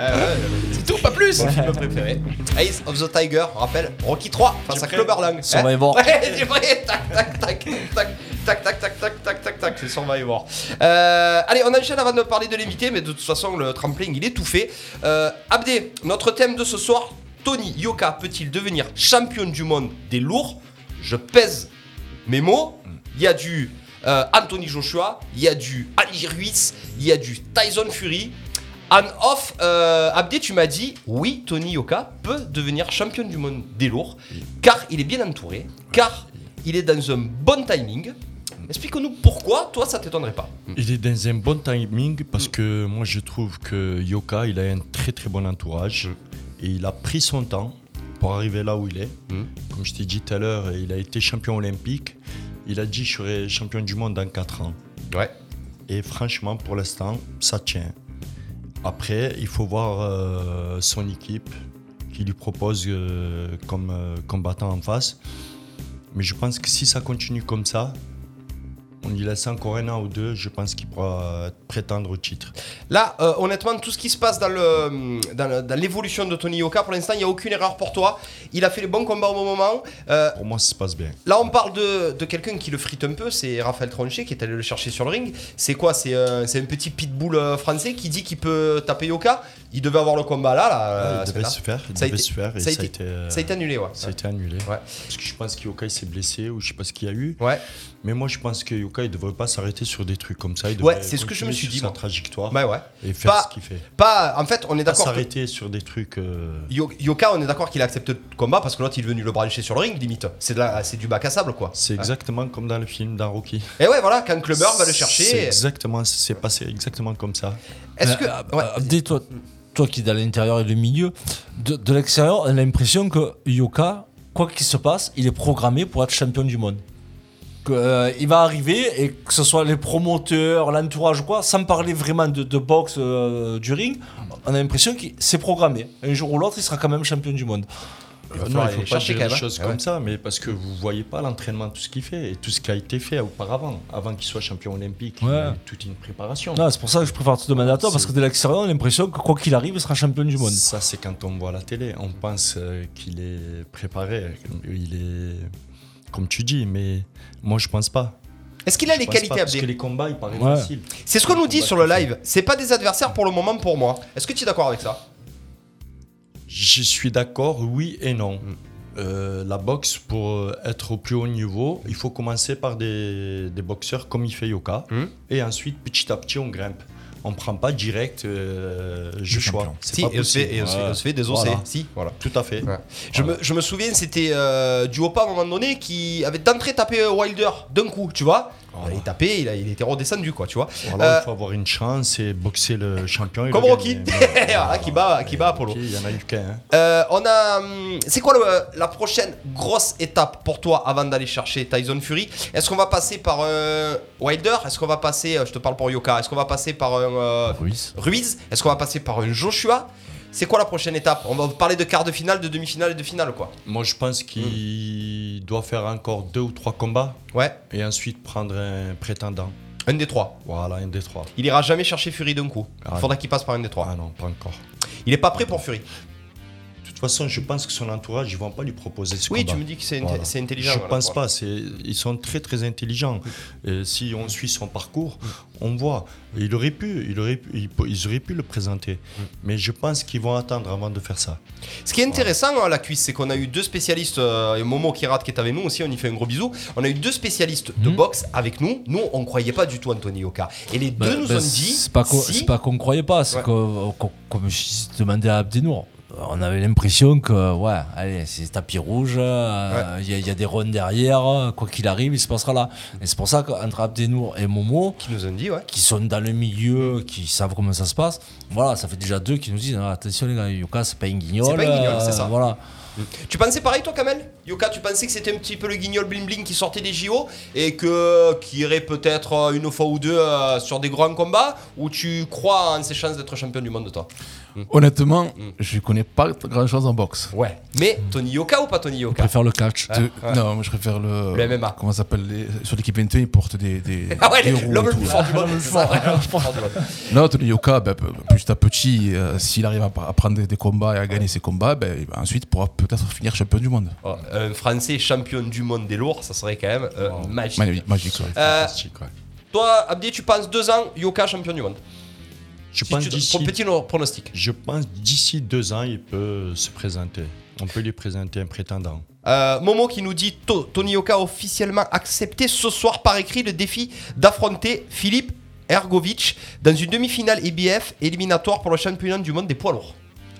C'est tout, pas plus. préféré. Ace of the Tiger, on rappelle, Rocky 3 face à Cloverlang. Survivor. Ouais, c'est vrai, tac, tac, tac, tac. Tac, tac, tac, tac, tac, tac, tac, c'est Survivor. Euh, allez, on enchaîne avant de parler de l'invité, mais de toute façon, le trampling, il est tout fait. Euh, Abdé, notre thème de ce soir, Tony Yoka peut-il devenir champion du monde des lourds Je pèse mes mots. Il y a du euh, Anthony Joshua, il y a du Ali Ruiz, il y a du Tyson Fury. En off, euh, Abdé, tu m'as dit oui, Tony Yoka peut devenir champion du monde des lourds, car il est bien entouré, car il est dans un bon timing. Explique-nous pourquoi, toi, ça t'étonnerait pas. Mm. Il est dans un bon timing parce que moi je trouve que Yoka il a un très très bon entourage et il a pris son temps pour arriver là où il est. Comme je t'ai dit tout à l'heure, il a été champion olympique. Il a dit je serai champion du monde dans 4 ans. Ouais. Et franchement pour l'instant ça tient. Après il faut voir euh, son équipe qui lui propose euh, comme euh, combattant en face. Mais je pense que si ça continue comme ça, on y laisse encore un an ou deux, je pense qu'il pourra prétendre au titre. Là, euh, honnêtement, tout ce qui se passe dans, le, dans, le- dans l'évolution de Tony Yoka, pour l'instant, il n'y a aucune erreur pour toi. Il a fait les bons combats au bon moment. Euh, Pour moi, ça se passe bien. Là, on parle de, de quelqu'un qui le frite un peu, c'est Raphaël Tronchet qui est allé le chercher sur le ring. C'est quoi C'est un, c'est un petit pitbull euh, français qui dit qu'il peut taper Yoka. Il devait avoir le combat là, là, euh, Ah, il ce devait mec-là. se faire, il Ça a devait été- se faire et ça a ça été- a été, euh, Ça a été annulé, ouais. ça a été annulé. Ouais. Parce que je pense qu'Yoka il s'est blessé ou je sais pas ce qu'il y a eu. Ouais. Mais moi, je pense que Yoka il devrait pas s'arrêter sur des trucs comme ça. Il Ouais, devrait c'est ce que je me continuer suis sur dit, Sa moi. trajectoire Bah ouais. et faire Pas- ce qu'il fait. Pas, en fait, on est Pas d'accord. que- s'arrêter sur des trucs. euh, Yo- Yoka, on est d'accord qu'il accepte le combat parce que l'autre il est venu le brancher sur le ring, limite. C'est, de la- c'est du bac à sable, quoi. C'est exactement comme dans le film d'un Rocky. Et ouais, voilà, quand Clubber va le C'est chercher. exactement, c'est passé exactement comme ça. Est-ce que. Euh, Bah, ouais. euh, Abdé, toi, toi qui es dans l'intérieur et le milieu, de, de l'extérieur, on a l'impression que Yoka, quoi qu'il se passe, il est programmé pour être champion du monde. Que, euh, il va arriver et que ce soit les promoteurs, l'entourage ou quoi, sans parler vraiment de, de boxe euh, du ring, on a l'impression que c'est programmé. Un jour ou l'autre, il sera quand même champion du monde. Il va Non, falloir il aller faut pas chercher dire quand des même, hein. choses Ah comme ouais. ça, mais parce que vous voyez pas l'entraînement, tout ce qu'il fait et tout ce qui a été fait auparavant, avant qu'il soit champion olympique. il y a eu toute une préparation. Non, c'est pour ça que je préfère te demander à toi, parce C'est- que de l'extérieur, on a l'impression que quoi qu'il arrive, il sera champion du monde. Ça, c'est quand on voit la télé, on pense euh, qu'il est préparé, il est comme tu dis, mais moi je pense pas. Est-ce qu'il a les Je pense qualités, pas, parce Abdé que les combats, ils paraissent Ouais. faciles. C'est ce qu'on nous Les dit combats sur le qu'il fait. live. C'est pas des adversaires pour le moment pour moi. Est-ce que tu es d'accord avec ça Je suis d'accord, oui et non. Mm. Euh, la boxe, pour euh, être au plus haut niveau, il faut commencer par des, des boxeurs comme il fait Yoka. Mm. Et ensuite, petit à petit, on grimpe. On ne prend pas direct euh, Joshua. C'est Si, pas et on se possible. fait, et on se fait- Voilà. on se fait des Voilà. OC. Si, voilà. Tout à fait. Ouais. Je, Voilà. me, je me souviens, c'était euh, Duopa à un moment donné qui avait d'entrée tapé euh, Wilder d'un coup, tu vois. Il a tapé, il, a- il était redescendu, quoi, tu vois. Voilà, Euh, il faut avoir une chance et boxer le champion. et Comme le Rocky. Ah, gagner. Voilà. Voilà, qui bat- qui bat Et Apollo. Rocky, Il y en a eu qu'un. hein. euh, on a. hum, C'est quoi le- la prochaine grosse étape pour toi avant d'aller chercher Tyson Fury Est-ce qu'on va passer par euh, Wilder Est-ce qu'on va passer. euh, Je te parle pour Yoka. Est-ce qu'on va passer par un. euh, Ruiz. Ruiz Est-ce qu'on va passer par un Joshua C'est quoi la prochaine étape On va parler de quart de finale, de demi-finale et de finale, quoi. Moi, je pense Mm. qu'il doit faire encore deux ou trois combats Ouais, et ensuite prendre un prétendant. un des trois. Voilà, un des trois. Il ira jamais chercher Fury d'un coup. Il Ah, faudra qu'il passe par un des trois. Ah non, pas encore. Il est pas prêt pour Fury. Tout toute façon, je pense que son entourage, ils vont pas lui proposer ce Oui, combat. tu me dis que c'est inte- Voilà. c'est intelligent. Je voilà, pense voilà. pas. c'est- Ils sont très très intelligents. Et si on suit son parcours, on voit. Il aurait pu, il aurait, pu- il peut- ils auraient pu le présenter. Mais je pense qu'ils vont attendre avant de faire ça. Ce qui est intéressant à la cuisse, c'est qu'on a eu deux spécialistes, euh, et Momo Kirat qui est avec nous aussi, on y fait un gros bisou. On a eu deux spécialistes de boxe avec nous. Nous, on croyait pas du tout Anthony Oka. Et les Ben, deux nous ben, ont dit. C'est pas qu'on si- c'est pas qu'on croyait pas, c'est Ouais. que, euh, qu'on- comme je demandais à Abdenour, on avait l'impression que, ouais, allez, c'est tapis rouge, euh, il y, a- il y a des ronds derrière, quoi qu'il arrive, il se passera là. Et c'est pour ça qu'entre Abdenour et Momo, Qui nous ont dit, ouais. qui sont dans le milieu, qui savent comment ça se passe, voilà, ça fait déjà deux qui nous disent, ah, attention les gars, Yuka, c'est pas une guignol. C'est pas une guignol, euh, c'est ça. Voilà. Tu pensais pareil, toi, Kamel Yoka, tu pensais que c'était un petit peu le guignol bling bling qui sortait des JO et que qui irait peut-être euh, une fois ou deux euh, sur des grands combats Ou tu crois en ses chances d'être champion du monde, toi Honnêtement, Mm. je connais pas grand chose en boxe. Ouais. Mais Tony Yoka ou pas Tony Je Yoka préfère le catch. De- Non, moi je préfère le. Ah, Le MMA. Comment ça s'appelle les- Sur l'équipe 21, ils portent des. des Ah ouais, des roues et l'homme le tout, plus là. fort du monde. c'est ça, l'homme le plus fort du monde. Non, Tony Yoka, ben, p- petit à petit, euh, s'il arrive à, pa- à prendre des combats et à gagner ses combats, ben, il va- ensuite il pourra peut-être finir champion du monde. Oh, Un Français champion du monde des lourds, ça serait quand même euh, magique. Magnifique, magique. ouais. Euh, Fantastique, ouais. toi, Abdi, tu penses deux ans, Yoka champion du monde. Je Si pense tu- d'ici- pour petit no- pronostic. Je pense d'ici deux ans, il peut se présenter. On peut lui présenter un prétendant. Euh, Momo qui nous dit To- Tony Yoka a officiellement accepté ce soir par écrit le défi d'affronter Philippe Ergovic dans une demi-finale IBF éliminatoire pour le championnat du monde des poids lourds.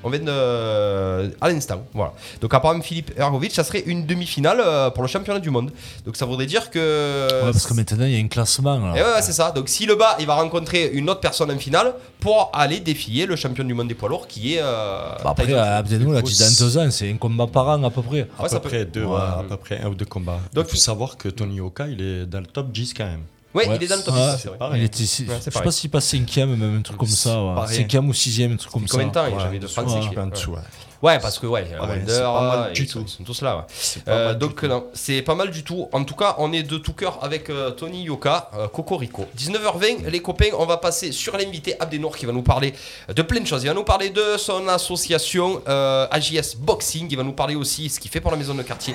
On vient de. euh, à l'instant. Voilà. Donc, apparemment, Philippe Ergovic, ça serait une demi-finale euh, pour le championnat du monde. Donc, ça voudrait dire que. Ouais, parce que maintenant, il y a un classement. là. Et ouais, ouais, c'est ça. Donc, si le bas, il va rencontrer une autre personne en finale pour aller défier le champion du monde des poids lourds qui est. euh, Bah, après, Tyson. Abdenour l'a dit dans deux ans, c'est un combat par an à peu près. À, Ouais, ça peut- peu, près deux, Ouais. à peu près un ou deux combats. Donc- il faut savoir que Tony Oka, il est dans le top 10 quand même. Ouais, Ouais. il est dans le top Ouais. 10, c'est vrai. Pareil. Il était, si- Ouais, c'est je sais pareil. pas s'il passe cinquième, même un truc comme ça. ouais. pareil. Cinquième ou sixième, un truc comme ça. Combien de temps il Ouais, avait de dessous, France ouais. c'est Un peu chier. en Ouais. dessous, hein. ouais. Ouais, parce que ouais, Ouais, Wonder, c'est pas mal euh, du ils, sont, tout. ils sont tous là. ouais. pas Euh, mal du donc tout. non, c'est pas mal du tout. En tout cas, on est de tout cœur avec euh, Tony Yoka, euh, Cocorico. 19h20, les copains, on va passer sur l'invité Abdenour qui va nous parler de plein de choses. Il va nous parler de son association euh, AJS Boxing. Il va nous parler aussi ce qu'il fait pour la maison de quartier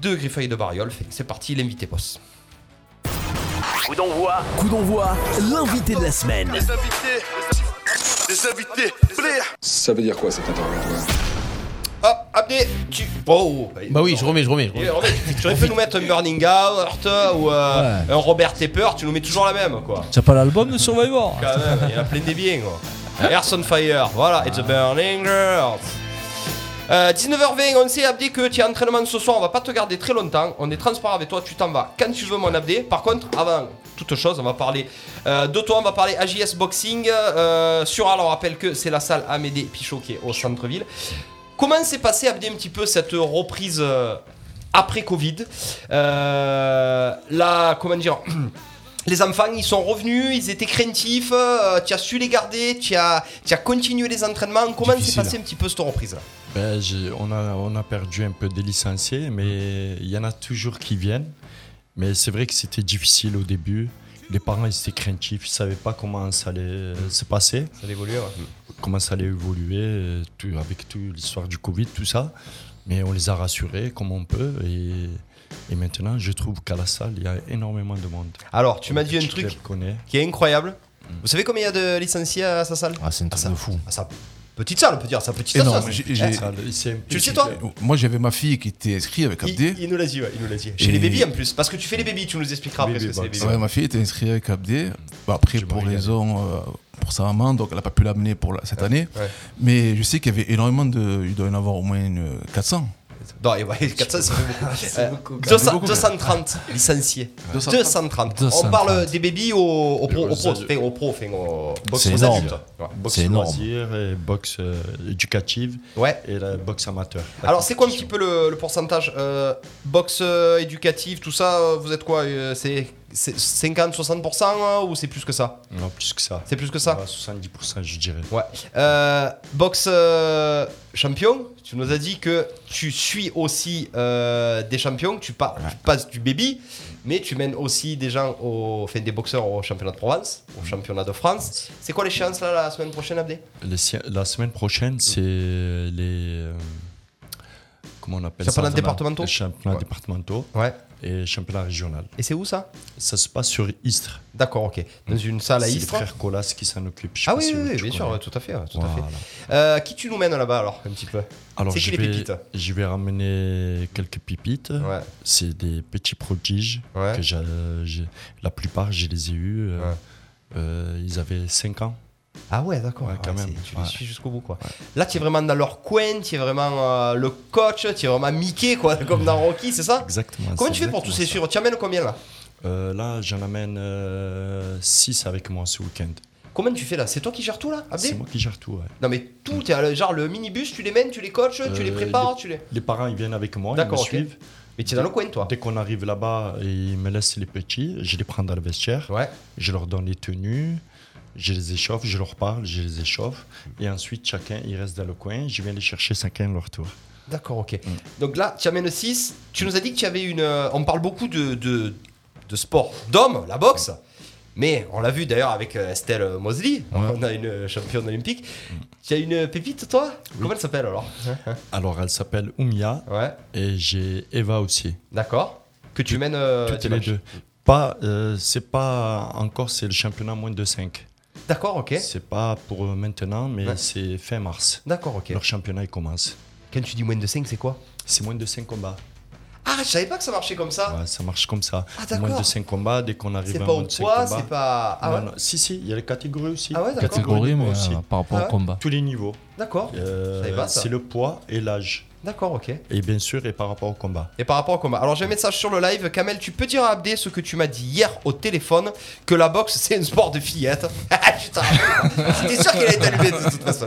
de Griffeuil de Bariol. Fait que C'est parti, l'invité boss. Coup d'envoi. Coup d'envoi, l'invité de la semaine. Ça veut dire quoi cet interrogatoire Hop, Abdé, Ah, tu. Oh Bah oui, je remets, je remets. je remets. Et, euh, remets, tu aurais pu nous mettre un Burning Out euh, ou euh, Ouais. un Robert Tepper, tu nous mets toujours la même quoi. T'as pas l'album de Survivor Quand même, il y en a plein des biens. quoi. Earth on Fire, voilà, It's a Burning Earth. Euh, 19h20, on sait Abdé que tu as entraînement ce soir, on va pas te garder très longtemps, on est transparent avec toi, tu t'en vas quand tu veux mon Abdé. Par contre, avant toute chose, on va parler euh, de toi, on va parler AJS Boxing. Euh, sur alors on rappelle que c'est la salle Amédée Pichot qui est au centre-ville. Comment s'est passé Abdé un petit peu cette reprise euh, après Covid Euh, La, comment dire les enfants, ils sont revenus, ils étaient craintifs, euh, tu as su les garder, tu as, tu as continué les entraînements. Comment s'est Difficile. passé un petit peu cette reprise-là Ben, j'ai- on, a, on a perdu un peu des licenciés, mais il y en a toujours qui viennent. Mais c'est vrai que c'était difficile au début. Les parents ils étaient craintifs, ils ne savaient pas comment ça allait euh, se passer, Ça évolue, ouais. comment ça allait évoluer euh, tout- avec toute l'histoire du Covid, tout ça. Mais on les a rassurés comme on peut. Et, et maintenant, je trouve qu'à la salle, il y a énormément de monde. Alors, tu m'as dit un Je truc les reconnais. qui est incroyable. Vous savez combien il y a de licenciés à sa salle Ah, c'est un truc de fou. À sa petite salle, on peut dire, sa petite Énorme, salle. j'ai- Eh, j'ai- Ça, c'est un peu- Tu le sais, toi oh, Moi j'avais ma fille qui était inscrite avec il, Abdé. il nous l'a dit, ouais, il nous l'a dit. Chez Et- les bébés en plus, parce que tu fais les bébés, tu nous expliqueras après ce Baby que c'est les box. bébés. Ouais, ma fille était inscrite avec Abdé. Bah, après, Je pour me raison, euh, pour sa maman, donc elle n'a pas pu l'amener pour la- cette année. ouais. Mais je sais qu'il y avait énormément de. Il doit y en avoir au moins une 400. Non, et ouais, 400, ça fait beaucoup. Euh, même. 200 C'est beaucoup, 230 licenciés. 230. 230. On 230. parle des bébés au, au pro, Et au pro, aux- enfin, au pro, enfin, au- C'est aux énorme. adultes. Ouais. boxe C'est énorme. loisir et boxe euh, éducative Ouais. et la boxe amateur. La Alors, c'est quoi un petit compétition. peu le, le pourcentage euh, Boxe euh, éducative, tout ça, euh, vous êtes quoi euh, C'est c'est 50-60% hein, ou c'est plus que ça Non, plus que ça. C'est plus que ça Ouais, 70%, je dirais. Ouais. Euh, boxe euh, champion, tu nous as dit que tu suis aussi euh, des champions, tu, pa- tu passes du baby, mais tu mènes aussi des gens, au, enfin des boxeurs au championnat de Provence, Mm. au championnat de France. C'est quoi les chances là la semaine prochaine, Abdé Les si- la semaine prochaine, Mm. c'est les. euh, comment on appelle Championnats ça départementaux Les championnats Ouais. départementaux Ouais. et championnat régional. Et c'est où ça Ça se passe sur Istres. D'accord, ok. Dans une salle à C'est les Ah, Istres. frères Colas qui s'en occupent. Je sais Ah pas oui, si oui, oui, tu bien sûr, connais. tout à fait. ouais, Tout à Voilà. fait. Euh, qui tu nous mènes là-bas alors, un petit peu Alors, C'est qui je les vais, pépites hein je vais ramener quelques pépites. Ouais. C'est des petits prodiges Ouais. que j'a- j'ai- la plupart, je les ai eus. euh, Ouais. euh, ils avaient 5 ans. Ah ouais, d'accord. Ouais, quand Ouais, même. c'est- Tu les Ouais. suis jusqu'au bout, quoi. Là, tu es vraiment dans leur coin, tu es vraiment euh, le coach, tu es vraiment Mickey, quoi, comme dans Rocky, Ah, c'est ça Exactement. Comment c'est tu fais pour tous ces exactement ça. suivre Tu amènes combien, là Euh, Là, j'en amène 6 avec moi ce week-end. Combien tu fais, là C'est Hmm. toi qui gères tout, là, Abdé C'est moi qui gère tout. ouais. Non, mais tout, t'es à la- genre le minibus, tu les mènes, tu les coaches, tu les Euh, prépares, tu les... Les parents, ils viennent avec moi, ils me D'accord, ok. suivent. Mais tu es dans le coin, toi Dès qu'on arrive là-bas, ils me laissent les petits, je les prends dans le vestiaire, Ouais. je leur donne les tenues, je les échauffe, je leur parle, je les échauffe. Et ensuite, chacun, il reste dans le coin, je viens les chercher chacun leur tour. D'accord, ok. Donc là, tu amènes 6. Tu nous as dit que tu avais une. euh, On parle beaucoup de, de, de sport d'hommes, la boxe. Mais on l'a vu d'ailleurs avec euh, Estelle Mosley. On a une euh, championne olympique. Tu as une pépite, toi Comment elle s'appelle alors Alors, elle s'appelle Oumia Ouais, et j'ai Eva aussi. d'accord. Que tu mènes. euh, Toutes les dimanche. deux. Pas, euh, c'est pas encore, c'est le championnat moins de 5. D'accord, ok. C'est pas pour maintenant, mais Ouais. c'est fin mars. D'accord, ok. Leur championnat, il commence. Quand tu dis moins de 5, c'est quoi C'est moins de 5 combats. Ah, je savais pas que ça marchait comme ça. Ouais, ça marche comme ça. Ah, d'accord. moins de 5 combats, dès qu'on arrive c'est pas à moins au de 5 poids, combats. c'est pas. Ah ouais Non, non, Si, si, il y a les catégories aussi. Ah ouais, d'accord. Catégories Catégorie, de mais poids aussi. euh, par rapport Ah ouais. au combat. Tous les niveaux. D'accord. Euh, Je savais pas ça. c'est le poids et l'âge. D'accord, ok. Et bien sûr, et par rapport au combat. Et par rapport au combat. Alors j'ai un message sur le live. Kamel, tu peux dire à Abdé ce que tu m'as dit hier au téléphone que la boxe c'est un sport de fillette. Ah, Putain. C'était sûr qu'il allait t'allumer de toute façon.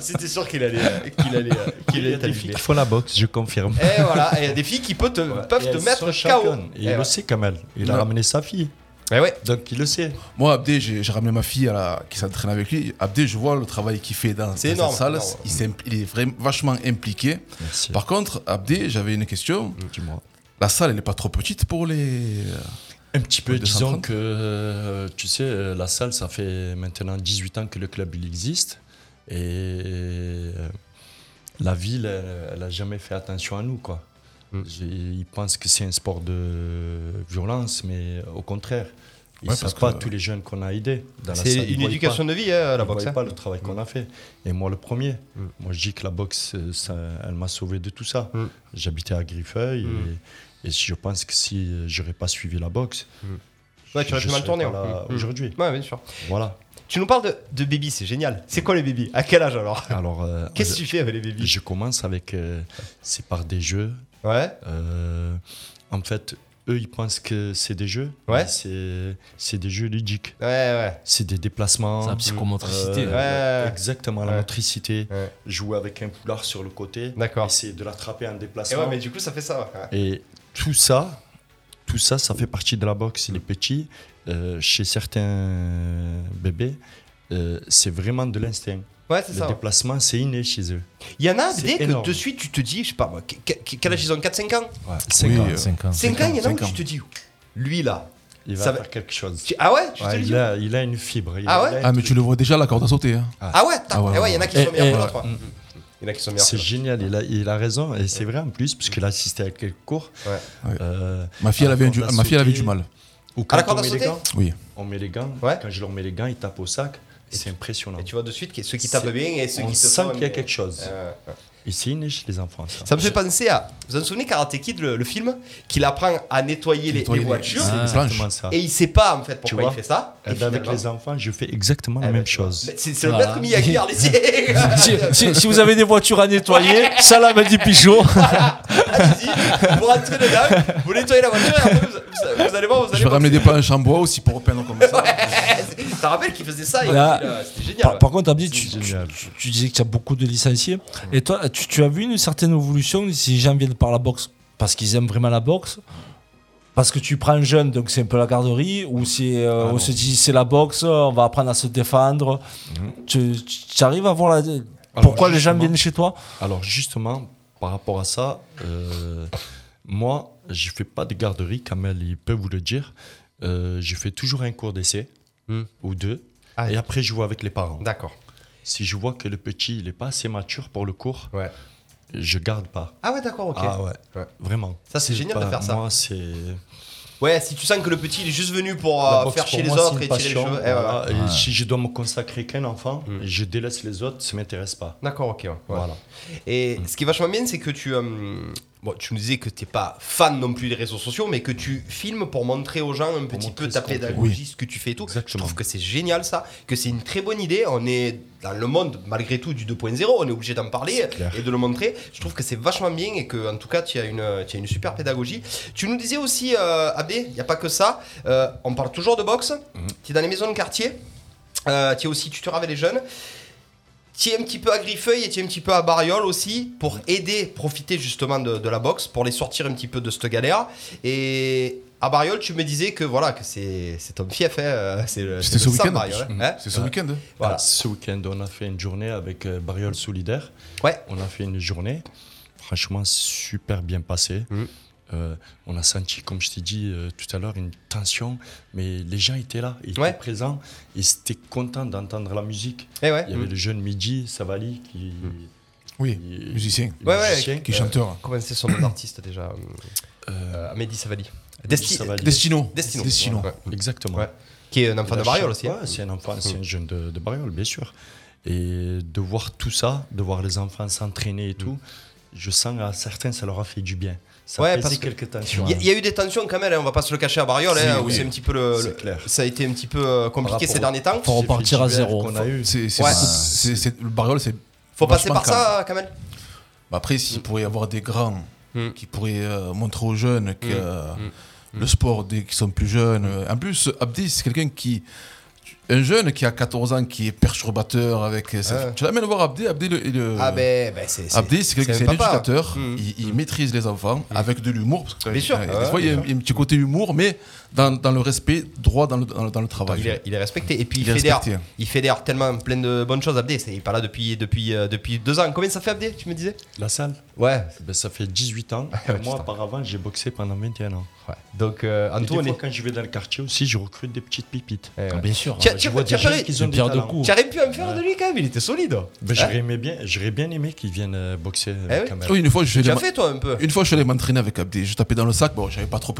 C'était sûr qu'il allait, euh, qu'il allait, euh, qu'il Il y a allait des t'allumer. filles qui font la boxe, je confirme. Et Eh, voilà, et il y a des filles qui peuvent te, peuvent Et te elles mettre sont KO. championnes. Et Et il ouais. le sait, Kamel. Il a Ouais. ramené sa fille. Eh ouais. Donc il le sait. Moi, Abdé, j'ai j'ai ramené ma fille à la- qui s'entraîne avec lui. Abdé, je vois le travail qu'il fait dans, dans C'est cette énorme, salle. énorme. Il, s'im- il est vraiment, vachement impliqué. Merci. Par contre, Abdé, j'avais une question. Dis-moi. La salle, elle n'est pas trop petite pour les. Un petit peu, 230. disons que, euh, tu sais, euh, la salle, ça fait maintenant 18 ans que le club il existe. Et euh, la ville, elle n'a jamais fait attention à nous, quoi. Mm. J'ai- Ils pensent que c'est un sport de violence, mais au contraire. Ils Ouais, savent parce pas que- tous les jeunes qu'on a aidés. dans la C'est salle, ils une voient éducation pas. de vie hein, la Ils boxe. voient hein. pas le travail qu'on a fait. Et moi, le premier. Moi, je dis que la boxe, euh, ça, elle m'a sauvé de tout ça. Mm. J'habitais à Griffeuil et, et je pense que si euh, j'aurais pas suivi la boxe, Ouais, tu aurais je pu mal serais tourner. pas hein. là euh, Mm. Aujourd'hui, Ouais, bien sûr. voilà. Tu nous parles de, de bébés, c'est génial. C'est quoi les bébés À quel âge alors Alors, euh, Qu'est-ce que je, tu fais avec les bébés je commence avec. euh, c'est par des jeux. Ouais. euh, en fait, eux, ils pensent que c'est des jeux. Ouais. mais C'est, c'est des jeux ludiques. Ouais, ouais. C'est des C'est déplacements. la psychomotricité. hein. Euh, là. Ouais. Exactement, la Ouais. motricité. Ouais. Jouer avec un poulard sur le côté. D'accord. Essayer de l'attraper en Et déplacement. ouais, mais du coup, ça fait ça. ouais. Et tout ça, tout ça, ça fait partie de la boxe. Les petits, euh, chez certains bébés, euh, c'est vraiment de l'instinct. Ouais, c'est Le ça. ouais. déplacement, c'est inné chez eux. Il y en a C'est dès que énorme. de suite tu te dis, je sais pas moi, que- que- quel âge ils ont 4-5 ans Cinq Oui, ans, euh, 5 ans. 5 ans, il y en a où cinq ans. tu te dis, lui là. il va ça va- faire quelque chose. Tu- Ah ouais Tu te Ouais, le dis il, a, il a une fibre. il Ah a- ouais il a un Ah, mais truc. tu le vois déjà, la corde à sauter. hein. Ah ouais, t'as- Ah ouais, eh ouais, ouais, il y en a qui sont ouais. meilleurs Et- que et- l'autre. ouais. Il y en a qui sont meilleurs. mm, C'est que l'autre. génial, il a, il a raison, et c'est vrai en plus, puisqu'il a assisté à quelques cours. Ouais. Ouais. Euh, Ma fille, elle à la avait, du, corde à ma fille, elle avait sauter, du mal. Ou À la quand corde on à met les sauter gants, Oui. on met les gants, Ouais. quand je leur mets les gants, ils tapent au sac, c'est impressionnant. Et tu vois de suite que ceux qui tapent C'est- bien et ceux on qui se sent font, qu'il y a mais- quelque chose. Euh, Et c'est inné chez les enfants. Ça. Ça me fait penser à. Vous vous souvenez Karate Kid, le, le film Qu'il apprend à nettoyer les, Nettoyer les les- voitures. Ah. C'est exactement ça. Et il sait pas en fait Tu pourquoi il vois fait ça. Et avec les enfants, je fais exactement Eh la ben, même chose. C'est c'est le Voilà. maître Miyagi les si, si- si vous avez des voitures à nettoyer, Salam a dit Pichot. Ah, tu dis, vous rentrez dedans, vous nettoyez la voiture et après vous, vous- vous allez voir, vous allez Je vais voir. ramener des planches en bois aussi pour repeindre comme ça. Ça rappelle qu'il faisait ça, et Là, qu'il, euh, c'était génial. Par, ouais. par contre, Abdi, tu, tu- génial. tu- tu disais que tu as beaucoup de licenciés. Et toi, tu, tu as vu une certaine évolution si les gens viennent par la boxe parce qu'ils aiment vraiment la boxe Parce que tu prends un jeune, donc c'est un peu la garderie, où c'est, Ah euh, on se dit c'est la boxe, on va apprendre à se défendre. Tu, tu arrives à voir la- pourquoi les gens Mhm. justement- viennent chez toi Alors justement, par rapport à ça, euh, moi, je fais pas de garderie, Kamel, il peut vous le dire. Euh, je fais toujours un cours d'essai, Hmm. ou deux, Ah, et après je vois avec les parents. D'accord. Si je vois que le petit, il est pas assez mature pour le cours, Ouais. je garde pas. Ah ouais, d'accord, ok. Ah ouais, Ouais. vraiment. Ça, c'est génial de pas- faire ça. Moi, c'est... Ouais, si tu sens que le petit il est juste venu pour la euh, boxe, faire pour chier les moi, c'est autres une et tirer les passion, Ah, cheveux. Eh, ouais, ouais. Hmm. voilà. Et si je dois me consacrer qu'un enfant, je délaisse les autres, ça m'intéresse pas. D'accord, ok. ouais, ouais. Voilà. Et ce qui est vachement bien, c'est que tu. euh, bon, tu nous disais que t'es pas fan non plus des réseaux sociaux, mais que tu filmes pour montrer aux gens un petit montrer peu ta ce qu'on fait. pédagogie, ce que tu fais et tout. Je Exactement. trouve que c'est génial ça, que c'est une très bonne idée. On est dans le monde, malgré tout, du 2.0. On est obligé d'en parler et de le montrer. Je trouve que c'est vachement bien et que, en tout cas, tu as une, tu as une super pédagogie. Tu nous disais aussi, euh, Abdé, il n'y a pas que ça. euh, on parle toujours de boxe. Mhm. Tu es dans les maisons de quartier. Euh, tu es aussi tuteur avec les jeunes. Tu es un petit peu à Griffeuil et tu es un petit peu à Bariol aussi pour aider, profiter justement de, de la boxe, pour les sortir un petit peu de cette galère. Et à Bariol, tu me disais que voilà, que c'est c'est ton fief, hein, euh, c'est le, C'était c'est ce le sang, week-end. en Bariol, Mmh. plus. hein, C'est ce week-end. hein. Voilà. Voilà. Ce week-end, on a fait une journée avec euh, Bariol Solidaire. Ouais. On a fait une journée, franchement, super bien passée. Mhm. Euh, on a senti, comme je t'ai dit euh, tout à l'heure, une tension, mais les gens étaient là, ils étaient Ouais. présents, ils étaient contents d'entendre la musique. Eh ouais. Il y avait le jeune Midi Savali qui. Oui, qui- musicien, Mm. Ouais, ouais, musicien. qui est chanteur. Comment c'est son nom d'artiste déjà euh, Mehdi Savali. Desti- Savali. Destino. Destino. Destino. Ouais. Exactement. Ouais. Qui est un enfant Il de a Bariol ch- aussi. hein. Mm. ouais, c'est un enfant, c'est un jeune de, de Bariol, bien sûr. Et de voir tout ça, de voir les enfants s'entraîner et Mm. tout, je sens à certains, ça leur a fait du bien. Ça Ouais, ouais, parce parce que- quelques tensions. Il y, a- il y a eu des tensions quand même, hein, on va pas se le cacher à Bariol, hein, où oui. c'est un petit peu le, C'est le- clair. ça a été un petit peu euh, compliqué rapport ces au- derniers temps. Faut repartir à zéro. qu'on a eu. C'est, c'est, Ouais. c'est- c'est- le bariole, c'est. Faut passer vachement par calme. ça, Kamel Bah après, s'il pourrait y avoir des grands Mm. qui pourraient euh, montrer aux jeunes que euh, le sport, dès qu'ils sont plus jeunes. euh, en plus, Abdi, c'est quelqu'un qui. Un jeune qui a 14 ans, qui est perturbateur avec. sa- Ouais. Tu l'amènes voir Abdi, Abdi le. le- Ah ben, ben, c'est. c'est- Euh, Abdi, c'est, quelqu'un- un c'est un papa. éducateur, Mm. il, il maîtrise les enfants avec de l'humour. Parce que, Bien sûr, ouais, euh, des fois, il y a un, un petit côté humour, mais dans, dans le respect, droit dans le, dans le- dans le travail. Il est, il est respecté. Et puis il, Il est fédère, respecté. il fédère tellement plein de bonnes choses, Abdé. C'est- Il est pas là depuis, depuis, euh, depuis deux ans. Combien ça fait, Abdé Tu me disais La salle, Ouais. ben, ça fait 18 ans. ouais, Moi, putain. auparavant, j'ai boxé pendant 21 ans. Donc, euh, Et des Antoine. fois, quand je vais dans le quartier aussi, je recrute des petites pipites. eh, Ah, ouais. Bien sûr. Tiens, Je tiens, vois tiens, des gens Pierre- qui ont des Pierre de talents. coup. Tu aurais pu en faire de lui quand même, il était solide. Ben, j'aurais, aimé bien, j'aurais bien aimé qu'ils viennent euh, boxer euh, Eh oui. quand même. Oui, une fois, je Tu l'ai as ma- fait toi un peu Une fois, je suis allé m'entraîner avec Abdi. Je tapais dans le sac. Bon, j'avais pas trop,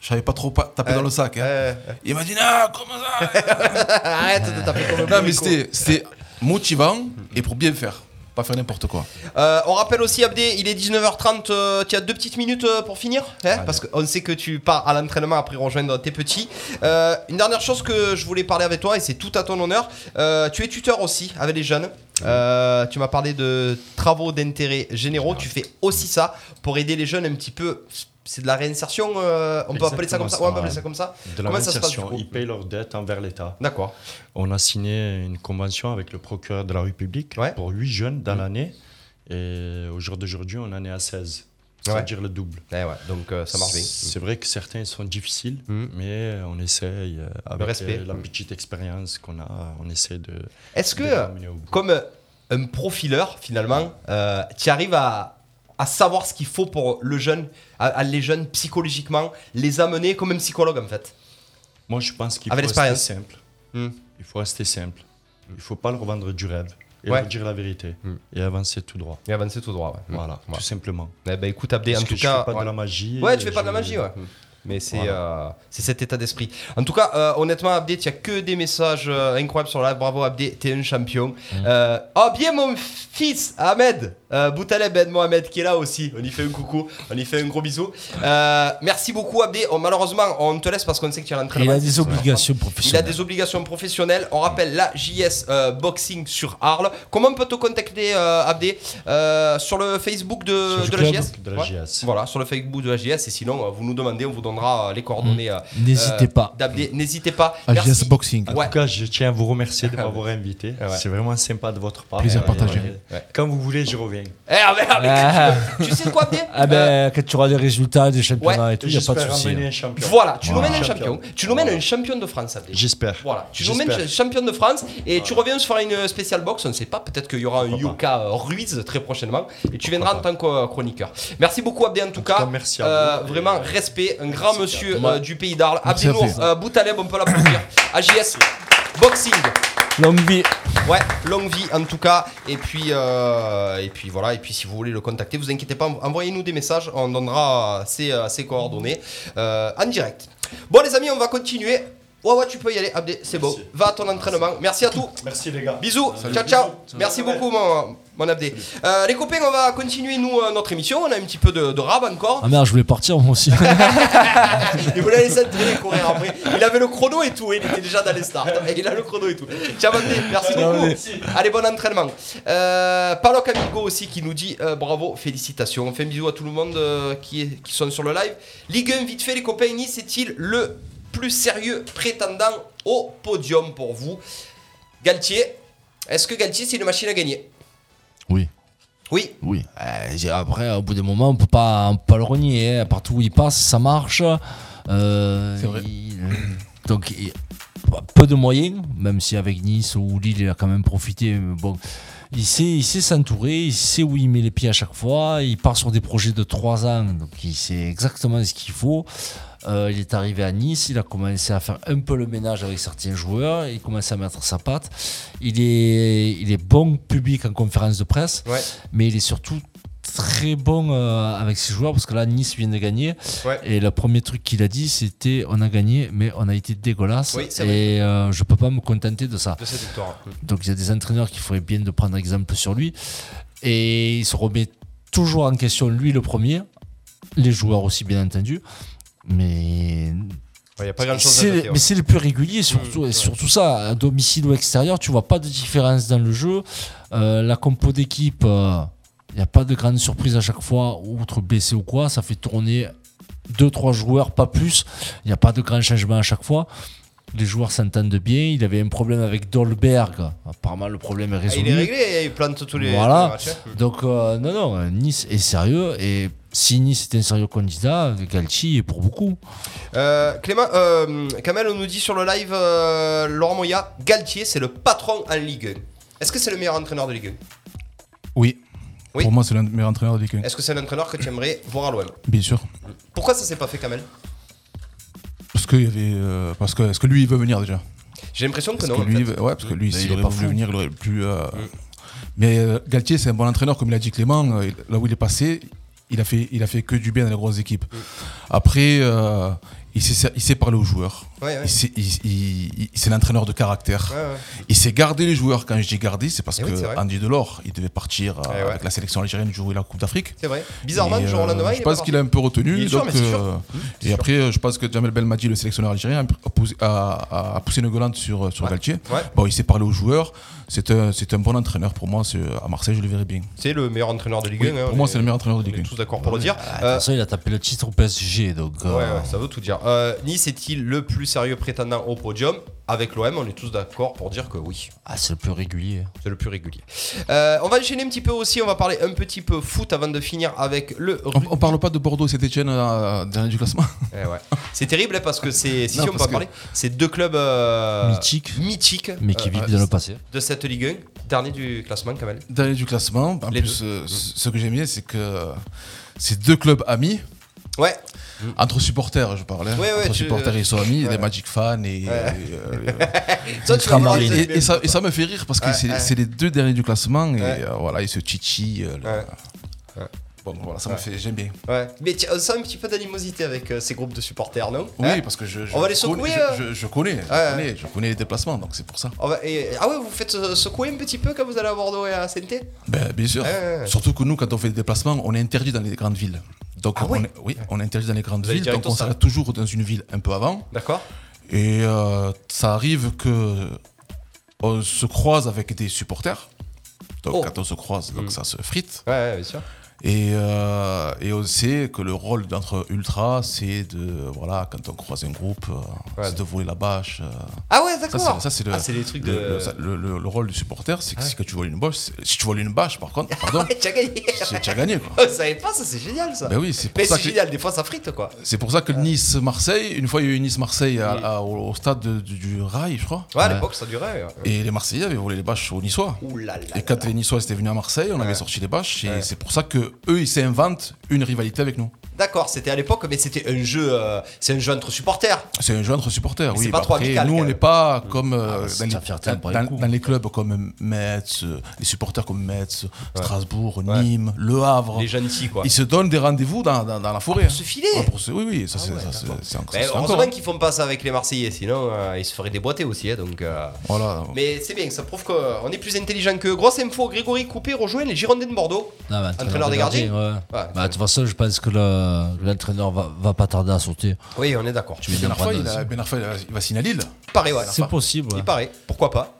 j'avais pas trop pa- tapé Ouais. dans le sac. hein. Euh, Il m'a dit, ah, comment ça Arrête de taper comme un Non, mais bourricot. c'était, c'était motivant et pour bien faire. Pas faire n'importe quoi. Euh, on rappelle aussi Abdé, il est 19h30, euh, tu as deux petites minutes euh, pour finir hein, Parce qu'on sait que tu pars à l'entraînement après rejoindre tes petits. Euh, une dernière chose que je voulais parler avec toi et c'est tout à ton honneur, euh, tu es tuteur aussi avec les jeunes. Euh, tu m'as parlé de travaux d'intérêt généraux, tu fais aussi ça pour aider les jeunes un petit peu. C'est de la réinsertion, euh, on peut appeler ça comme ça, Ouais, on Exactement peut ça, appeler ça comme ça. De la Comment ça se passe, du réinsertion, coup ils payent leurs dettes envers l'État. D'accord. On a signé une convention avec le procureur de la République Ouais. Mm. pour 8 jeunes dans l'année. Et au jour d'aujourd'hui, on en est à 16. C'est-à-dire le double. Eh ouais, donc euh, ça marche bien. C'est vrai que certains sont difficiles, Mhm. mais on essaye, euh, avec respect. euh, la petite expérience qu'on a, on essaie de. Est-ce que, de les ramener au bout. comme euh, un profileur, finalement, euh, tu arrives à, à savoir ce qu'il faut pour le jeune, à, à les jeunes psychologiquement, les amener comme un psychologue, en fait Moi, je pense qu'il faut Avec rester l'expérience. simple. Mhm. Il faut rester simple. Il ne faut pas leur vendre du rêve et Ouais. leur dire la vérité Mhm. et avancer tout droit. Et avancer tout droit, ouais. Voilà, tout simplement. Eh ben, écoute, Abdé, Parce en que tout je cas. fais pas ouais. de la magie. euh, Ouais, tu fais pas de la je- magie, ouais. Mais c'est euh, c'est cet état d'esprit. En tout cas, euh, honnêtement, Abdé, tu as que des messages euh, incroyables sur la Bravo, Abdé, t'es un champion. Euh, oh, bien mon fils, Ahmed, euh, Boutaleb Ben Mohamed, qui est là aussi. On y fait un coucou, on y fait un gros bisou. Euh, merci beaucoup, Abdé. Oh, malheureusement, on te laisse parce qu'on sait que tu as Il l'entraînement. a des obligations Il a professionnelles. des obligations professionnelles. On rappelle la JS euh, Boxing sur Arles. Comment on peut te contacter, euh, Abdé Euh, Sur le Facebook de, Sur le de la club JS de la Ouais. JS. Voilà, sur le Facebook de la JS. Et sinon, euh, vous nous demandez, on vous donnera euh, les coordonnées. euh, N'hésitez euh, pas. d'Abdé. N'hésitez pas. Merci. AGS Ah, Boxing. En Ouais. tout cas, je tiens à vous remercier de m'avoir invité. Ouais. C'est vraiment sympa de votre part. Plaisir partagé. ouais. Quand vous voulez, je reviens. rien. Eh, ah, mais- ah, mais Ah. tu, tu sais de quoi, Euh, Pierre Ah ben, quand tu auras les résultats des championnats ouais, et tout, il n'y a pas de J'espère hein. souci. hein. amener un champion. Voilà, tu nomènes un Champion. champion. Tu nomènes un champion de France, Abdel. J'espère. Voilà, tu J'espère. nomènes cha- champion de France et tu reviens sur une spéciale box. On ne sait pas, peut-être qu'il y aura un Pourquoi Yuka euh, Ruiz très prochainement et tu viendras en tant que euh, chroniqueur. Merci beaucoup, Abdel, en tout tout cas. cas, merci à Euh, vous. Vraiment, respect, un grand monsieur euh, du pays d'Arles. Merci à Abdenour, vous. euh, Boutaleb, on peut l'applaudir. AJS, boxing. Longue vie. Ouais, longue vie en tout cas. Et puis, euh, et puis voilà. Et puis, si vous voulez le contacter, vous inquiétez pas, envoyez-nous des messages. On donnera euh, ses, euh, ses coordonnées euh, en direct. Bon, les amis, on va continuer. Ouais, ouais, tu peux y aller, Abdé, c'est beau. Va à ton entraînement. Merci à tous. Merci les gars. Bisous, ciao ciao. Merci beaucoup mon, mon Abdé. Euh, les copains, on va continuer nous euh, notre émission. On a un petit peu de, de rab encore. Ah merde, je voulais partir moi aussi. Il voulait laisser traîner courir après. Il avait le chrono et tout. Il était déjà dans les starts. Et Il a le chrono et tout. Ciao Abdé, merci beaucoup. Allez, bon entraînement. Euh, Palo Camigo aussi qui nous dit euh, bravo, félicitations. On fait un bisou à tout le monde euh, qui, est- qui sont sur le live. Ligue 1, vite fait, les copains, Nice est-il le plus sérieux prétendant au podium pour vous Galtier, est-ce que Galtier c'est une machine à gagner Oui, Oui, oui. Euh, j'ai- Après, au bout d'un moment, on peut pas, on peut pas le renier. hein. Partout où il passe, ça marche. Euh, C'est vrai. il- donc, il- peu de moyens, même si avec Nice ou Lille, il a quand même profité. mais Bon, il sait, il sait s'entourer, il sait où il met les pieds à chaque fois. Il part sur des projets de trois ans, donc il sait exactement ce qu'il faut. Euh, il est arrivé à Nice, il a commencé à faire un peu le ménage avec certains joueurs, il commence à mettre sa patte. Il est, il est bon public en conférence de presse ouais. mais il est surtout très bon euh, avec ses joueurs parce que là Nice vient de gagner Ouais. et le premier truc qu'il a dit c'était on a gagné mais on a été dégueulasse Oui, c'est vrai. et euh, je peux pas me contenter de ça de cette victoire. donc il y a des entraîneurs qui feraient bien de prendre exemple sur lui et il se remet toujours en question lui le premier les joueurs aussi bien entendu mais Il n'y a pas grand chose à Mm. c'est- noter. mais c'est le plus régulier surtout, et surtout ça, à domicile ou extérieur, tu vois pas de différence dans le jeu. Euh, la compo d'équipe, il n'y a pas de grande surprise à chaque fois, outre blessé ou quoi, ça fait tourner 2-3 joueurs, pas plus. Il n'y a pas de grand changement à chaque fois. Les joueurs s'entendent bien. Il avait un problème avec Dolberg. Apparemment, le problème est résolu. Ah, il est réglé, il plante tous les. Voilà. tous les matchs, hein. Donc, euh, non, non, euh, Nice est sérieux. Et si Nice est un sérieux candidat, Galchi est pour beaucoup. Euh, Clément, euh, Kamel, on nous dit sur le live euh, Laurent Moya, Galtier, c'est le patron en Ligue 1. Est-ce que c'est le meilleur entraîneur de Ligue Oui. Oui. Pour moi, c'est l'un des meilleurs entraîneurs de Ligue 1 Est-ce que c'est l'entraîneur que tu aimerais voir à l'OM 1. Bien sûr. Pourquoi ça s'est pas fait, Kamel Parce que, y avait, euh, parce que, est-ce que lui, il veut venir déjà J'ai l'impression que Parce non. que en lui, fait. ouais, parce que lui, Mais s'il il est aurait pas voulu fou. venir, il aurait plus. euh, Mais euh, Galtier, c'est un bon entraîneur, comme il a dit Clément. euh, Là où il est passé, il a fait, il a fait que du bien dans les grosses équipes. Mm. Après, euh, il, sait, il sait parler aux joueurs. Ouais, ouais. Il sait- il- il- il- C'est l'entraîneur de caractère. Ouais, ouais. Il sait garder les joueurs. Quand je dis garder, c'est parce Eh que oui, c'est vrai. Andy Delors, il devait partir euh, Eh ouais. avec la sélection algérienne jouer la Coupe d'Afrique. C'est vrai. Bizarrement, Et, le jour au euh, lendemain, il je est pense pas qu'il est un peu retenu. Il est sûr, donc, mais c'est sûr. euh, sûr. et après, euh, je pense que Jamel Belmadi, le sélectionneur algérien, a poussé, a- a- a poussé une gueulante sur, sur Galtier. Ouais. Bon, il s'est parlé aux joueurs. C'est un, c'est un bon entraîneur pour moi. C'est- À Marseille, je le verrai bien. C'est le meilleur entraîneur de Ligue 1. Oui, pour moi, c'est le meilleur entraîneur de On Ligue est 1. tous d'accord pour le dire. Ah, de toute Euh, façon, il a tapé le titre au PSG. Donc, Ouais, euh, ouais, ça veut tout dire. Euh, nice est-il le plus sérieux prétendant au podium Avec l'OM, on est tous d'accord pour dire que oui. ah, c'est le plus régulier. C'est le plus régulier. Euh, on va enchaîner un petit peu aussi, on va parler un petit peu foot avant de finir avec le On, rugby. on parle pas de Bordeaux, c'est Etienne, euh, dernier du classement. Eh ouais. C'est terrible hein, parce que c'est si, Non, si, on peut parce en parler, c'est deux clubs euh, Mythiques. mythiques, Mais qui euh, vivent euh, dans le passé. de cette Ligue 1, dernier du classement quand même. Dernier du classement. En Les plus, euh, ce ce que j'aime bien, c'est que c'est deux clubs amis. Ouais, Entre supporters, je parlais. Ouais, ouais, entre tu- supporters, ils sont amis, Ouais. des Magic fans et, et, euh, ça tu vas voir, Et, les amis, et- et ça, et ça me fait rire parce que Ouais, c'est ouais. c'est les deux derniers du classement et Ouais. euh, voilà, ils se chichient. euh, le- Ouais. Ouais. Bon, voilà, ça Ouais. me fait, j'aime bien. Ouais. Mais tiens, on sent un petit peu d'animosité avec euh, ces groupes de supporters, non Oui, Hein parce que je, je On va les connais, secouer, je- euh je, je connais, je Ouais. connais, je connais les déplacements, donc c'est pour ça. On va- et- Ah ouais, vous faites euh, secouer un petit peu quand vous allez à Bordeaux et à saint Ben, bien sûr. Ouais, ouais, ouais. Surtout que nous, quand on fait des déplacements, on est interdit dans les grandes villes. Donc, Ah on ouais est- oui, on est interdit dans les grandes Vous allez villes, donc direct au on stade. s'arrête toujours dans une ville un peu avant. D'accord Et euh, ça arrive que on se croise avec des supporters. Donc, Oh. Mm. quand on se croise, donc ça se frite. Ouais, ouais, bien sûr. Et, euh, et on sait que le rôle d'entre ultra, c'est de, voilà, quand on croise un groupe, euh, Ouais. c'est de voler la bâche. euh. Ah ouais, Ça, d'accord. c'est- Ça, c'est le, Ah, c'est les trucs le, de- le- ça- le- le- le rôle du supporter, c'est que si que tu voles une bâche, si tu voles une bâche, par contre, pardon, T'as gagné. c'est- tu as gagné. Quoi. Je savais pas, ça c'est génial ça. Ben oui, c'est pour Mais ça c'est que génial, des fois ça frite quoi. c'est pour ça que Nice-Marseille, une fois il y a eu Nice-Marseille à- à- au, au stade de- du, du rail, je crois. Ouais, à l'époque ça durait. ouais. Et les Marseillais avaient volé les bâches aux Niçois. Ouh là là. Et quand les Niçois étaient venus à Marseille, on avait sorti les bâches. Et c'est pour ça que eux, ils s'inventent une rivalité avec nous. D'accord, c'était à l'époque, mais c'était un jeu. euh, c'est un jeu entre supporters. C'est un jeu entre supporters, Mais oui. c'est pas bah trop après, amical, nous, quand on n'est même. Mm. Ah, pas comme euh, c'est dans, de la les, fierté après le dans- coup. dans les clubs comme Metz, euh, les supporters comme Metz, Strasbourg, Nîmes, Le Havre. Les gentils quoi. Ils se donnent des rendez-vous dans, dans- dans la forêt. se filer. Ah, pour se- Oui, oui, ça, c'est ça, c'est- c'est encore. Mais c'est encore, heureusement hein. qu'ils font pas ça avec les Marseillais, sinon euh, ils se feraient déboîter aussi. hein, donc, euh, Voilà. Mais c'est bien, ça prouve qu'on est plus intelligent que. Grosse info, Grégory Coupé rejoint les Girondins de Bordeaux. Non, mais Entraîneur des gardiens. ouais. Ouais, Bah, de toute façon, je pense que le- l'entraîneur va, va pas tarder à sauter. Oui, on est d'accord. Tu veux Ben dire Arfa, Brandon, il, a- ça. Ben Arfa, il a- il va signer à Lille. Il paraît, ouais. C'est enfin, possible. ouais. Il paraît, pourquoi pas.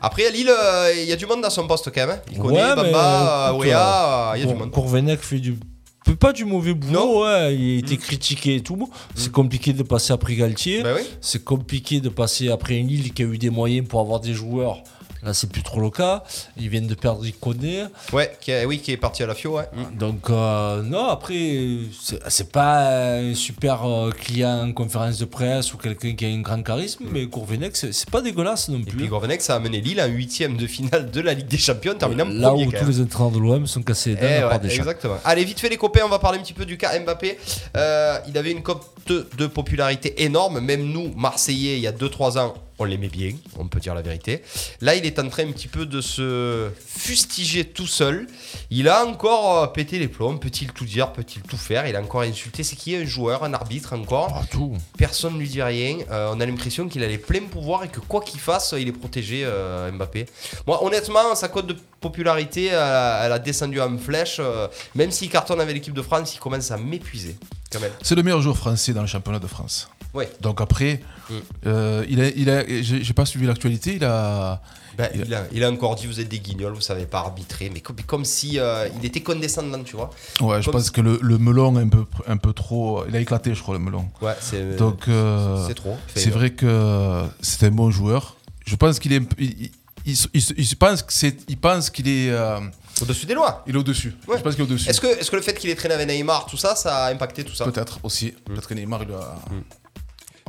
Après, à Lille, euh, il y a du monde à son poste quand même. hein. Il Ouais, connaît mais, Bamba, euh, écoute, euh, Ouéa, il y a du Cour- monde. Courvenec fait du. fait Pas du mauvais boulot, Non. Mm. ouais. il a été critiqué et tout. C'est compliqué de passer après Galtier. Ben oui. C'est compliqué de passer après une Lille qui a eu des moyens pour avoir des joueurs. Là, c'est plus trop le cas. Ils viennent de perdre Iconé. Ouais, qui est, oui, qui est parti à la FIO, ouais. Donc, euh, non, après, c'est- c'est pas un super euh, client en conférence de presse ou quelqu'un qui a un grand charisme, mais Courvenec, c'est c'est pas dégueulasse non Mm. Et plus. puis Gourvenec, ça a amené Lille en huitième de finale de la Ligue des Champions, terminant Euh, Là premier. où quand tous même. les entraîneurs de l'OM sont cassés les dents Eh à ouais, part des champs. exactement. Allez, vite fait les copains, on va parler un petit peu du cas Mbappé. Euh, il avait une cote de, de popularité énorme. Même nous, Marseillais, il y a 2-3 ans, on l'aimait bien, on peut dire la vérité. Là, il est en train un petit peu de se fustiger tout seul. Il a encore euh, pété les plombs. Peut-il tout dire Peut-il tout faire Il a encore insulté. C'est qui un joueur, un arbitre encore Ah, tout. Personne ne lui dit rien. Euh, on a l'impression qu'il a les pleins pouvoirs et que quoi qu'il fasse, il est protégé, euh, Mbappé. Moi, honnêtement, sa cote de popularité, elle a, elle a descendu en flèche. euh, même s'il cartonne avec l'équipe de France, il commence à m'épuiser, quand même. C'est le meilleur joueur français dans le championnat de France. Ouais. Mm. Donc après, Oui. euh, il a, il a, j'ai j'ai pas suivi l'actualité, il a. Ben, Il a- il, a, il a encore dit vous êtes des guignols, vous savez pas arbitrer, mais comme, comme si euh, il était condescendant, tu vois. Ouais, je Comme- pense que le, le melon est un peu, un peu trop. Il a éclaté, je crois, le melon. Ouais, c'est Donc, euh, c'est trop. Fait, c'est vrai que c'est un bon joueur. Je pense qu'il est. Il, il- il se- il se- il se pense que c'est- il pense qu'il est, euh, Au-dessus des lois. il est au-dessus. Ouais. Je pense qu'il est au-dessus. Est-ce que, est que le fait qu'il ait traîné avec Neymar, tout ça, ça a impacté tout ça Peut-être Mm. aussi. Peut-être que Neymar, il a.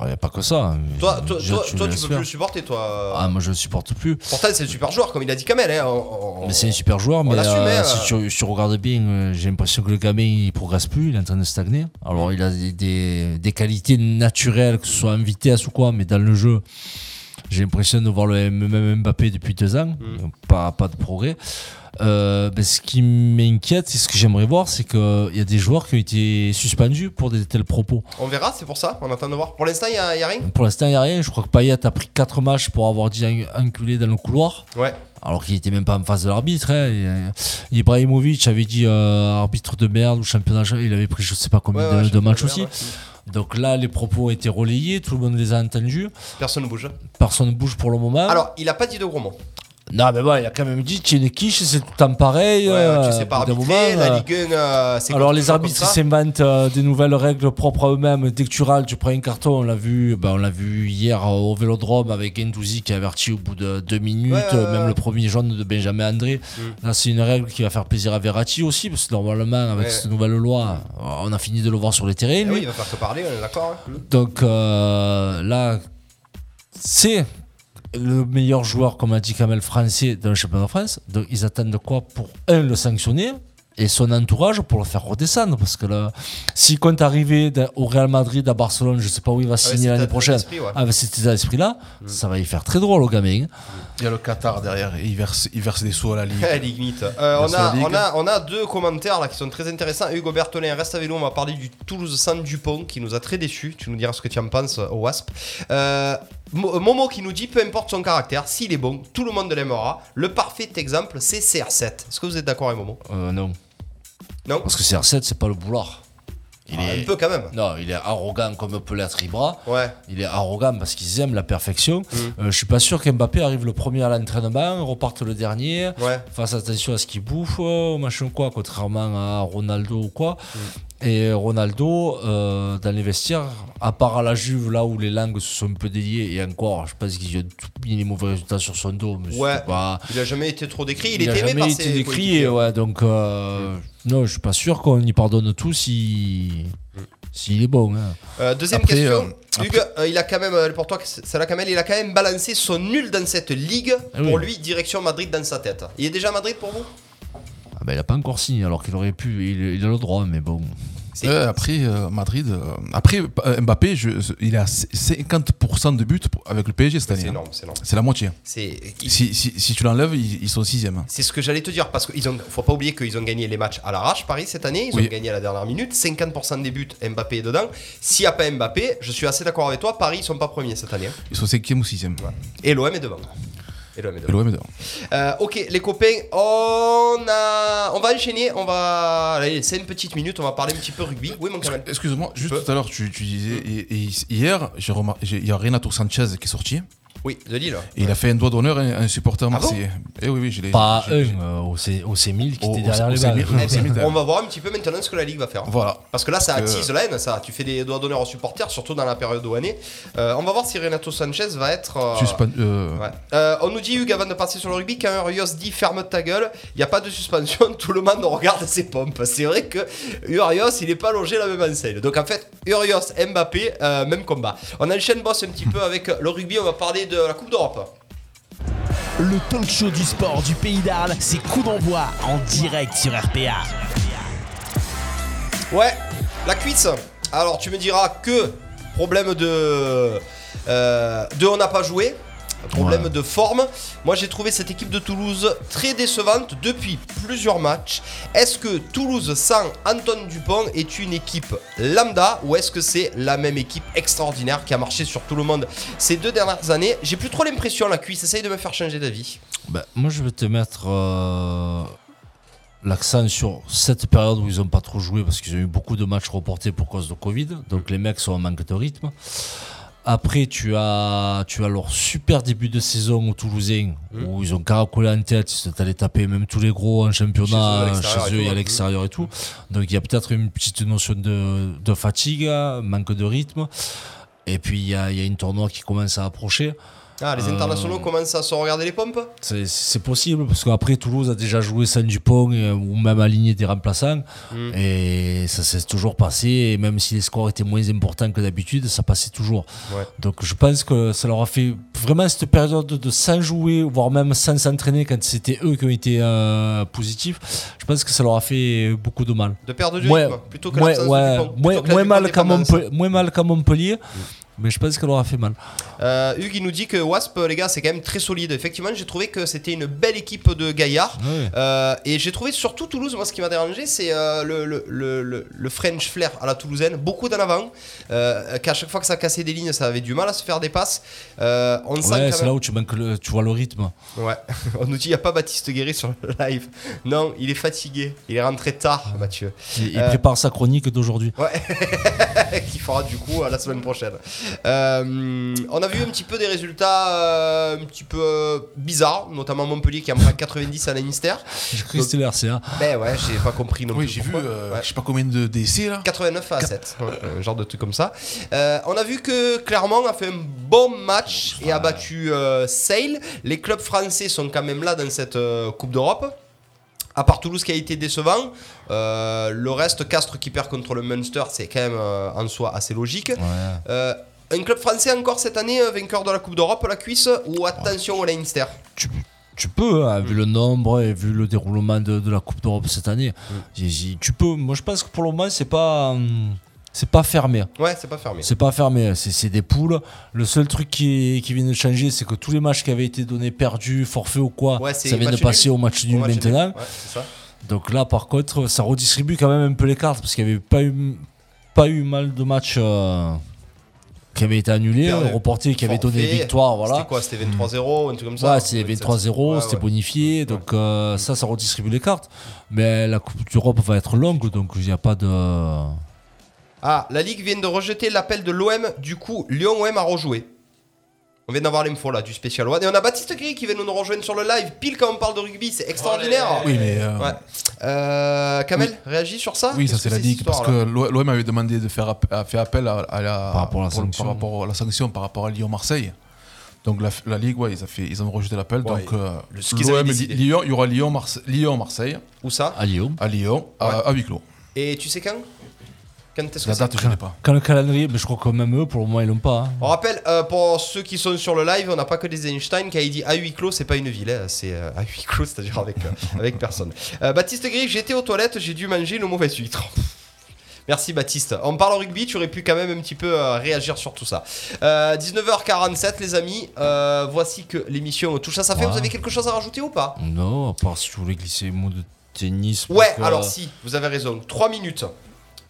Il n'y a pas que ça. hein. Toi, toi, Déjà, toi, toi, tu le peux laisses plus le supporter, toi. Ah, moi je le supporte plus. Pourtant, c'est le super joueur, comme il a dit Kamel. Hein, on- on- Mais c'est un super joueur, mais l'assume, euh, hein. si, tu, si tu regardes bien, euh, j'ai l'impression que le gamin il progresse plus, il est en train de stagner. Alors il a des- des, des qualités naturelles, que ce soit en vitesse ou quoi, mais dans le jeu, j'ai l'impression de voir le même Mbappé depuis deux ans, Hmm. Donc, pas, pas de progrès. Euh, ben, ce qui m'inquiète et ce que j'aimerais voir, c'est qu'il y a des joueurs qui ont été suspendus pour des tels propos. On verra, c'est pour ça, on attend de voir. Pour l'instant, il n'y a, y a rien Pour l'instant, il n'y a rien. Je crois que Payet a pris quatre matchs pour avoir dit un- enculé dans le couloir. Ouais. alors qu'il était même pas en face de l'arbitre. hein. Et, euh, Ibrahimovic avait dit euh, arbitre de merde ou championnat, il avait pris je sais pas combien Ouais, ouais, de- de, championnat matchs de aussi. merde, Donc là, les propos ont été relayés, tout le monde les a entendus, Personne ne bouge. personne ne bouge pour le moment. Alors, il n'a pas dit de gros mots. non, mais bon, il a quand même dit tu es une quiche, c'est tout le temps pareil. Ouais, euh, tu sais pas au bout d'un arbitrer, moment, la euh, Ligue 1, euh, c'est alors comme- les comme arbitres ils ça. s'inventent euh, des nouvelles règles propres à eux-mêmes. Dès que tu râles, tu prends un carton. On l'a vu, ben, on l'a vu hier euh, au Vélodrome avec Gendouzi qui a averti au bout de deux minutes, Ouais, ouais, euh, même ouais. Mm. le premier jaune de Benjamin André. Là c'est une règle qui va faire plaisir à Verratti aussi parce que normalement avec Ouais. cette nouvelle loi, euh, on a fini de le voir sur les terrains. Eh lui. oui, il va faire que parler, on est d'accord. Mmh. hein. Donc euh, là, c'est le meilleur joueur, comme a dit Kamel, français dans le championnat de France. Donc ils attendent de quoi pour, un, le sanctionner et son entourage pour le faire redescendre parce que là s'il compte arriver d'un- au Real Madrid à Barcelone je sais pas où il va signer Ah c'est l'année peut-être prochaine Ah, l'esprit, ouais. avec cet état d'esprit là Hmm. ça va y faire très drôle au gamin hein. Il y a le Qatar derrière, et il verse, il verse des sous à la Ligue. Eh, Ligue Mythe. Euh, on, Merci la a, Ligue. on, a, on a deux commentaires là qui sont très intéressants. Hugo Bertolin, reste avec nous. On va parler du Toulouse Saint Dupont qui nous a très déçus. Tu nous diras ce que tu en penses euh, au Wasp. Euh, Mo- Momo qui nous dit peu importe son caractère, s'il est bon, tout le monde l'aimera. Le parfait exemple, c'est CR7. Est-ce que vous êtes d'accord avec Momo Euh, non Non parce que CR7 c'est pas le boulard Il Ah, est- Un peu quand même. Non, il est arrogant comme peut l'être Ibra. Ouais. Il est arrogant parce qu'ils aiment la perfection. Mm. Euh, je suis pas sûr qu'Mbappé arrive le premier à l'entraînement, reparte le dernier, Ouais. fasse attention à ce qu'il bouffe, euh, machin quoi, contrairement à Ronaldo ou quoi. Mm. Et Ronaldo, euh, dans les vestiaires, à part à la Juve, là où les langues se sont un peu déliées, et encore, je pense qu'il y a tout mis les mauvais résultats sur son dos, mais Ouais. c'était pas- Il a jamais été trop décrit. Il, a était aimé jamais par été ses décrit, coéquipiers. Mm. et ouais, donc euh, non, je suis pas sûr qu'on y pardonne tout si s'il est bon. hein. Euh, deuxième Après, question. euh, Hugues, euh, il a quand même, euh, pour toi, Salah Kamel, il a quand même balancé son nul dans cette ligue. Ah oui. Pour lui, direction Madrid dans sa tête. Il est déjà à Madrid pour vous Ah ben, il a pas encore signé, alors qu'il aurait pu, il, il a le droit, mais bon. C'est- Ouais, après, euh, Madrid. euh, après, euh, Mbappé, je- il a 50% de buts pour- avec le PSG cette C'est année. hein. énorme, c'est énorme. C'est la moitié. C'est il- Si, si- si tu l'enlèves, ils, ils sont sixième. hein. c'est ce que j'allais te dire parce qu'il ont, faut pas oublier qu'ils ont gagné les matchs à l'arrache Paris cette année, ils Oui. ont gagné à la dernière minute, 50% des buts Mbappé est dedans. S'il n'y a pas Mbappé, je suis assez d'accord avec toi, Paris ils sont pas premiers cette année. hein. Ils sont cinquième ou sixième. Et l'OM est devant. Et l'OM est devant. Et l'OM est devant. Euh, ok, les copains, on a, on va enchaîner, on va, allez, c'est une petite minute, on va parler un petit peu rugby. Oui, mon Kamel. Excuse-moi, juste peux tout à l'heure, tu, tu disais, et- et hier, j'ai remar- j'ai- il y a Renato Sanchez qui est sorti. Et Oui, de Lille. il a fait un doigt d'honneur à un- à un supporter Ah bon marseillais. Eh oui, oui, je l'ai. Pas un, je- je- euh, au, C, au C1000 qui Au- était au- derrière au les C mille, balles. ouais. Eh ben, militaire. on va voir un petit peu maintenant ce que la Ligue va faire. Voilà. Parce que là, ça Parce que- attise la haine, ça. Tu fais des doigts d'honneur aux supporters, surtout dans la période douanée. Euh, on va voir si Renato Sanchez va être. euh, Suspen- euh, ouais. Euh, on nous dit, Hugues, avant de passer sur le rugby, qu'un Urios dit ferme ta gueule, il n'y a pas de suspension, tout le monde regarde ses pompes. C'est vrai que Urios, il n'est pas logé la même enseigne. Donc en fait, Urios, Mbappé, euh, même combat. On enchaîne, boss, un petit peu avec le rugby, on va parler de la Coupe d'Europe. Le talk show du sport du pays d'Arles, c'est coup d'envoi en direct sur RPA. Ouais, la cuisse. Alors tu me diras que problème de euh, de on n'a pas joué. Problème de forme. Moi j'ai trouvé cette équipe de Toulouse très décevante depuis plusieurs matchs. Est-ce que Toulouse sans Anton Dupont est une équipe lambda ou est-ce que c'est la même équipe extraordinaire qui a marché sur tout le monde ces deux dernières années J'ai plus trop l'impression la cuisse essaye de me faire changer d'avis. Bah, moi, je vais te mettre euh, l'accent sur cette période où ils n'ont pas trop joué parce qu'ils ont eu beaucoup de matchs reportés pour cause de Covid. Donc, les mecs sont en manque de rythme. Après, tu as, tu as leur super début de saison aux Toulousains Mmh. où ils ont caracolé en tête. Ils sont allés taper même tous les gros en championnat Chez eux, à l'extérieur et tout, chez eux et à hein. l'extérieur et tout. Donc, il y a peut-être une petite notion de, de fatigue, manque de rythme. Et puis, il y a, il y a une tournoi qui commence à approcher. Ah Euh. les internationaux commencent à se regarder les pompes C'est- C'est possible, parce qu'après, Toulouse a déjà joué sans Dupont euh, ou même aligné des remplaçants. Mm. Et ça s'est toujours passé. Et même si les scores étaient moins importants que d'habitude, ça passait toujours. Ouais. Donc je pense que ça leur a fait vraiment cette période de sans jouer, voire même sans s'entraîner quand c'était eux qui ont été euh, positifs. Je pense que ça leur a fait beaucoup de mal. de perdre de Ouais, rythme plutôt que Ouais, l'absence de ouais, Dupont, plutôt moins, que la moins mal qu'à dépendance. Mm. Montpellier, moins mal qu'à Montpellier, mais je pense qu'elle leur a fait mal. Euh, Hugues, il nous dit que Wasp, les gars, c'est quand même très solide. Effectivement, j'ai trouvé que c'était une belle équipe de gaillards. Ouais. Euh, et j'ai trouvé surtout Toulouse, moi ce qui m'a dérangé, c'est euh, le, le- le- le- le French flair à la toulousaine, beaucoup d'en avant, euh, qu'à chaque fois que ça cassait des lignes, ça avait du mal à se faire des passes. Euh, on sent Ouais, quand c'est même- là où tu manques le, tu vois le rythme. Ouais. on nous dit, il n'y a pas Baptiste Guéry sur le live. Non, il est fatigué, il est rentré tard, Mathieu. Il, il Euh, prépare sa chronique d'aujourd'hui. qui fera du coup à la semaine prochaine. Euh, on a vu un petit peu des résultats euh, un petit peu euh, bizarres, notamment Montpellier qui en prend 90 à Leinster. J'ai cru que c'était le RCA. Ben ouais, j'ai pas compris non Oui, plus. j'ai vu, pourquoi. euh, Ouais. je sais pas combien de décès là. 89 à 7, un genre de truc comme ça. Euh, on a vu que Clermont a fait un bon match et a battu euh, Sale. Les clubs français sont quand même là dans cette euh, Coupe d'Europe. À part Toulouse qui a été décevant, euh, le reste, Castres qui perd contre le Munster, c'est quand même euh, en soi assez logique. Euh, un club français encore cette année, euh, vainqueur de la Coupe d'Europe, la cuisse, ou attention au Leinster tu, tu peux, hein, vu le nombre et vu le déroulement de, de la Coupe d'Europe cette année. J'ai- j'ai- tu peux. Moi, je pense que pour le moment, c'est pas. hum, C'est pas fermé. hein. Ouais, c'est pas fermé. C'est pas fermé. hein. C'est c'est des poules. Le seul truc qui, qui vient de changer, c'est que tous les matchs qui avaient été donnés, perdus, forfaits ou quoi, Ouais, c'est ça vient de match passer nul. au match nul Bon match, maintenant. Ouais, c'est ça. Donc là, par contre, ça redistribue quand même un peu les cartes parce qu'il n'y avait pas eu, pas eu mal de matchs euh, qui avaient été annulés, Perdu. reportés, qui avaient donné Forfait. victoire. Voilà. C'était quoi C'était Hmm. 23-0, un truc comme ça Ouais, c'est 23-0, Ouais, c'était ouais. bonifié, donc euh, ça, ça redistribue les cartes. Mais la Coupe d'Europe va être longue, donc il n'y a pas de. Ah, la Ligue vient de rejeter l'appel de l'OM, du coup, Lyon-OM a rejoué. On vient d'avoir l'info là du spécial One. Et on a Baptiste Gris qui vient de nous rejoindre sur le live, pile quand on parle de rugby, c'est extraordinaire. Oui, mais euh, Ouais. Euh, Kamel, réagis sur ça oui, ça Qu'est-ce c'est que la ligue cette parce que histoire-là l'OM avait demandé de faire app- a fait appel à, à la, Par rapport à la pour le- sanction. par rapport à la sanction par rapport à Lyon-Marseille. Donc la, la ligue, ouais, ils, ont fait, ils ont rejeté l'appel. Ouais, donc euh, le- ce qu'ils l'OM, avaient décidé. Lyon, il y aura Lyon-Marseille, Lyon-Marseille Où ça à Lyon. à Lyon à, à huis clos. Et tu sais quand Quand est-ce que La c'est date, je n'ai pas. Quand le calendrier, mais je crois que même eux, pour le moment, ils l'ont pas. hein. On rappelle, euh, pour ceux qui sont sur le live, on n'a pas que des Einstein. Quand il dit à huis clos, c'est pas une ville, hein, c'est euh, à huis clos, c'est-à-dire avec, euh, avec personne. Euh, Baptiste Gris, j'étais aux toilettes, j'ai dû manger le mauvais huître. Merci Baptiste. On parle en rugby, tu aurais pu quand même un petit peu euh, réagir sur tout ça. Euh, 19h47 les amis, Euh, voici que l'émission touche à sa fin. Ouais. Vous avez quelque chose à rajouter ou pas Non, à part si tu voulais glisser le mot de tennis. pour Ouais, que- alors si, vous avez raison. 3 minutes.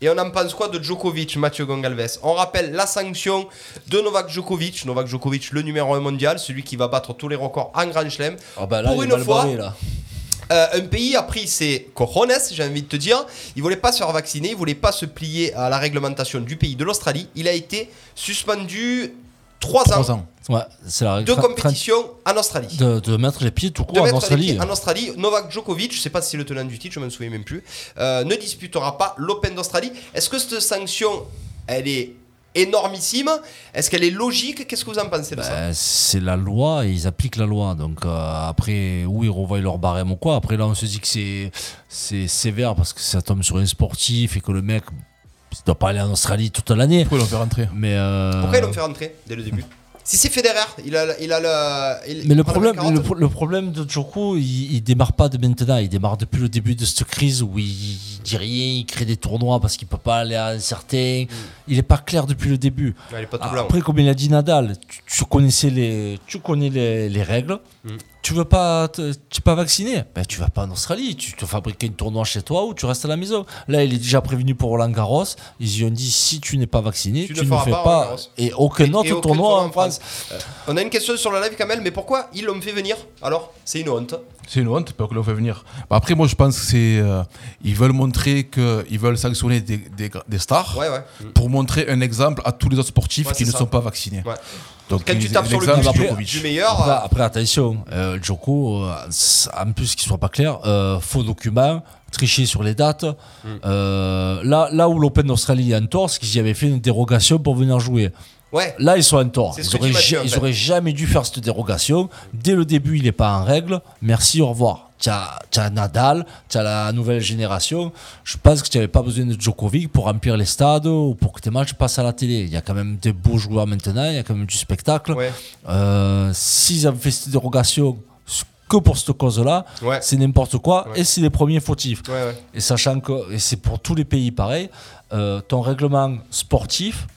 Et on en pense quoi de Djokovic, Mathieu Gongalves On rappelle la sanction de Novak Djokovic. Novak Djokovic, le numéro 1 mondial, celui qui va battre tous les records en Grand Chelem. Ah bah là, Pour il est une mal fois. barré, là. Euh, un pays a pris ses cojones, j'ai envie de te dire. Il voulait pas se faire vacciner, il voulait pas se plier à la réglementation du pays de l'Australie. Il a été suspendu 3, ans, Trois ans. Ouais, c'est la de tra- tra- compétition en Australie. De, de mettre les pieds tout de court hein. en mettre les Australie. pieds en Australie. Novak Djokovic, je sais pas si c'est le tenant du titre, je m'en souviens même plus, euh, ne disputera pas l'Open d'Australie. Est-ce que cette sanction, elle est énormissime Est-ce qu'elle est logique Qu'est-ce que vous en pensez de ça Euh, c'est la loi et ils appliquent la loi. Donc euh, après, où ils revoient leur barème ou quoi. Après, là, on se dit que c'est, c'est sévère parce que ça tombe sur un sportif et que le mec il doit pas aller en Australie toute l'année. Pourquoi ils l'ont fait rentrer Mais, euh, Pourquoi ils l'ont fait rentrer dès le début Si c'est Federer, il a, il a le. il- mais il le prend la problème, le, 40. pro- le problème de Djoko, il, il démarre pas de maintenant, il démarre depuis le début de cette crise où il, dit rien, il crée des tournois parce qu'il peut pas aller à un Mm. certain. Il est pas clair depuis le début. Ouais, il est pas tout blanc. Ah, Après, comme il a dit Nadal, tu, tu connaissais les, tu connais les, les règles. Mm. Tu veux pas, te- tu es pas vacciné. Ben tu vas pas en Australie. Tu te fabriques une tournoi chez toi ou tu restes à la maison. Là, il est déjà prévenu pour Roland Garros. Ils y ont dit si tu n'es pas vacciné, Tu tu, ne ne feras fais pas pas, Roland Garros. et aucun Et autre aucun tournoi, tournoi en en France. On a une question sur la live, Kamel, mais pourquoi ils l'ont fait venir Alors, c'est une honte. C'est une honte, peur que l'on fait venir. Bah, après, moi, je pense que c'est. euh, ils veulent montrer qu'ils veulent sanctionner des, des, gra- des stars Ouais, ouais. pour montrer un exemple à tous les autres sportifs Ouais, qui c'est ne ça. sont pas vaccinés. Ouais. Donc, Quand ils- tu tapes sur l'exemple, cul c'est du- Djokovic. Du meilleur. Après, après, attention, euh, Djoko, euh, c'est- en plus qu'il soit pas clair, euh, faux documents, tricher sur les dates. Mm. Euh, là, là où l'Open d'Australie est en tort, c'est qu'ils y avaient fait une dérogation pour venir jouer. euh, Ouais. Là, ils sont en tort. C'est ce Ils que tu auraient, m'as dit, ja- en ils fait. auraient jamais dû faire cette dérogation. Dès le début, il n'est pas en règle. Merci, au revoir. T'as as Nadal, t'as la nouvelle génération. Je pense que tu n'avais pas besoin de Djokovic pour remplir les stades ou pour que tes matchs passent à la télé. Il y a quand même des beaux joueurs maintenant, il y a quand même du spectacle. Ouais. Euh, S'ils avaient fait cette dérogation que pour cette cause-là, Ouais. c'est n'importe quoi Ouais. et c'est les premiers fautifs. Ouais, ouais. Et sachant que, et c'est pour tous les pays pareil, euh, ton règlement sportif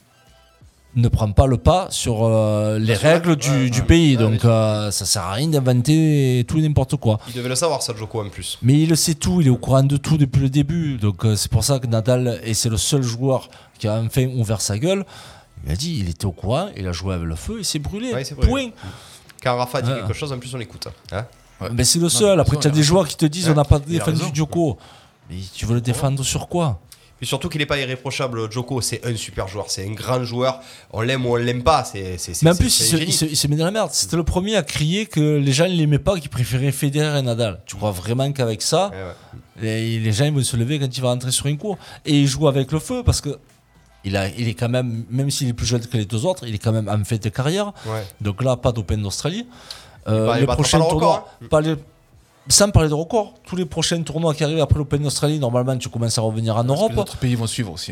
ne prend pas le pas sur euh, les sûr. règles du, Ouais, du ouais. pays. Ouais, bien donc sûr. euh, ça sert à rien d'inventer tout et n'importe quoi. Il devait le savoir, ça, Joko, en plus. Mais il le sait tout, il est au courant de tout depuis le début. Donc euh, c'est pour ça que Nadal, et c'est le seul joueur qui a enfin ouvert sa gueule, il a dit, il était au courant, il a joué avec le feu, il s'est brûlé. Ouais, il s'est brûlé. Point. Quand Rafa dit Ouais. quelque chose, en plus, on écoute. Hein Mais c'est le seul. Après, raison, tu as il a des joueurs qui te disent Ouais, on n'a pas il a défendu raison. Djoko. Mais tu veux le défendre sur quoi Puis surtout qu'il n'est pas irréprochable, Joko, c'est un super joueur, c'est un grand joueur. On l'aime ou on l'aime pas, c'est c'est c'est- Mais en c'est- plus, il c'est se, un génie. il se- il se met dans la merde. C'était le premier à crier que les gens ne l'aimaient pas, qu'ils préféraient Federer et Nadal. Tu crois vraiment qu'avec ça, Ouais, ouais. les, les gens ils vont se lever quand il va rentrer sur une cour Et il joue avec le feu parce que. Il, a, il est quand même, même s'il est plus jeune que les deux autres, il est quand même en fin de carrière. Ouais. Donc là, pas d'Open d'Australie. Euh, Il va- il les battra prochains pas le record, hein. tournois, pas les- sans parler de record, tous les prochains tournois qui arrivent après l'Open d'Australie, normalement, tu commences à revenir en Parce que Les Europe. autres pays vont suivre aussi.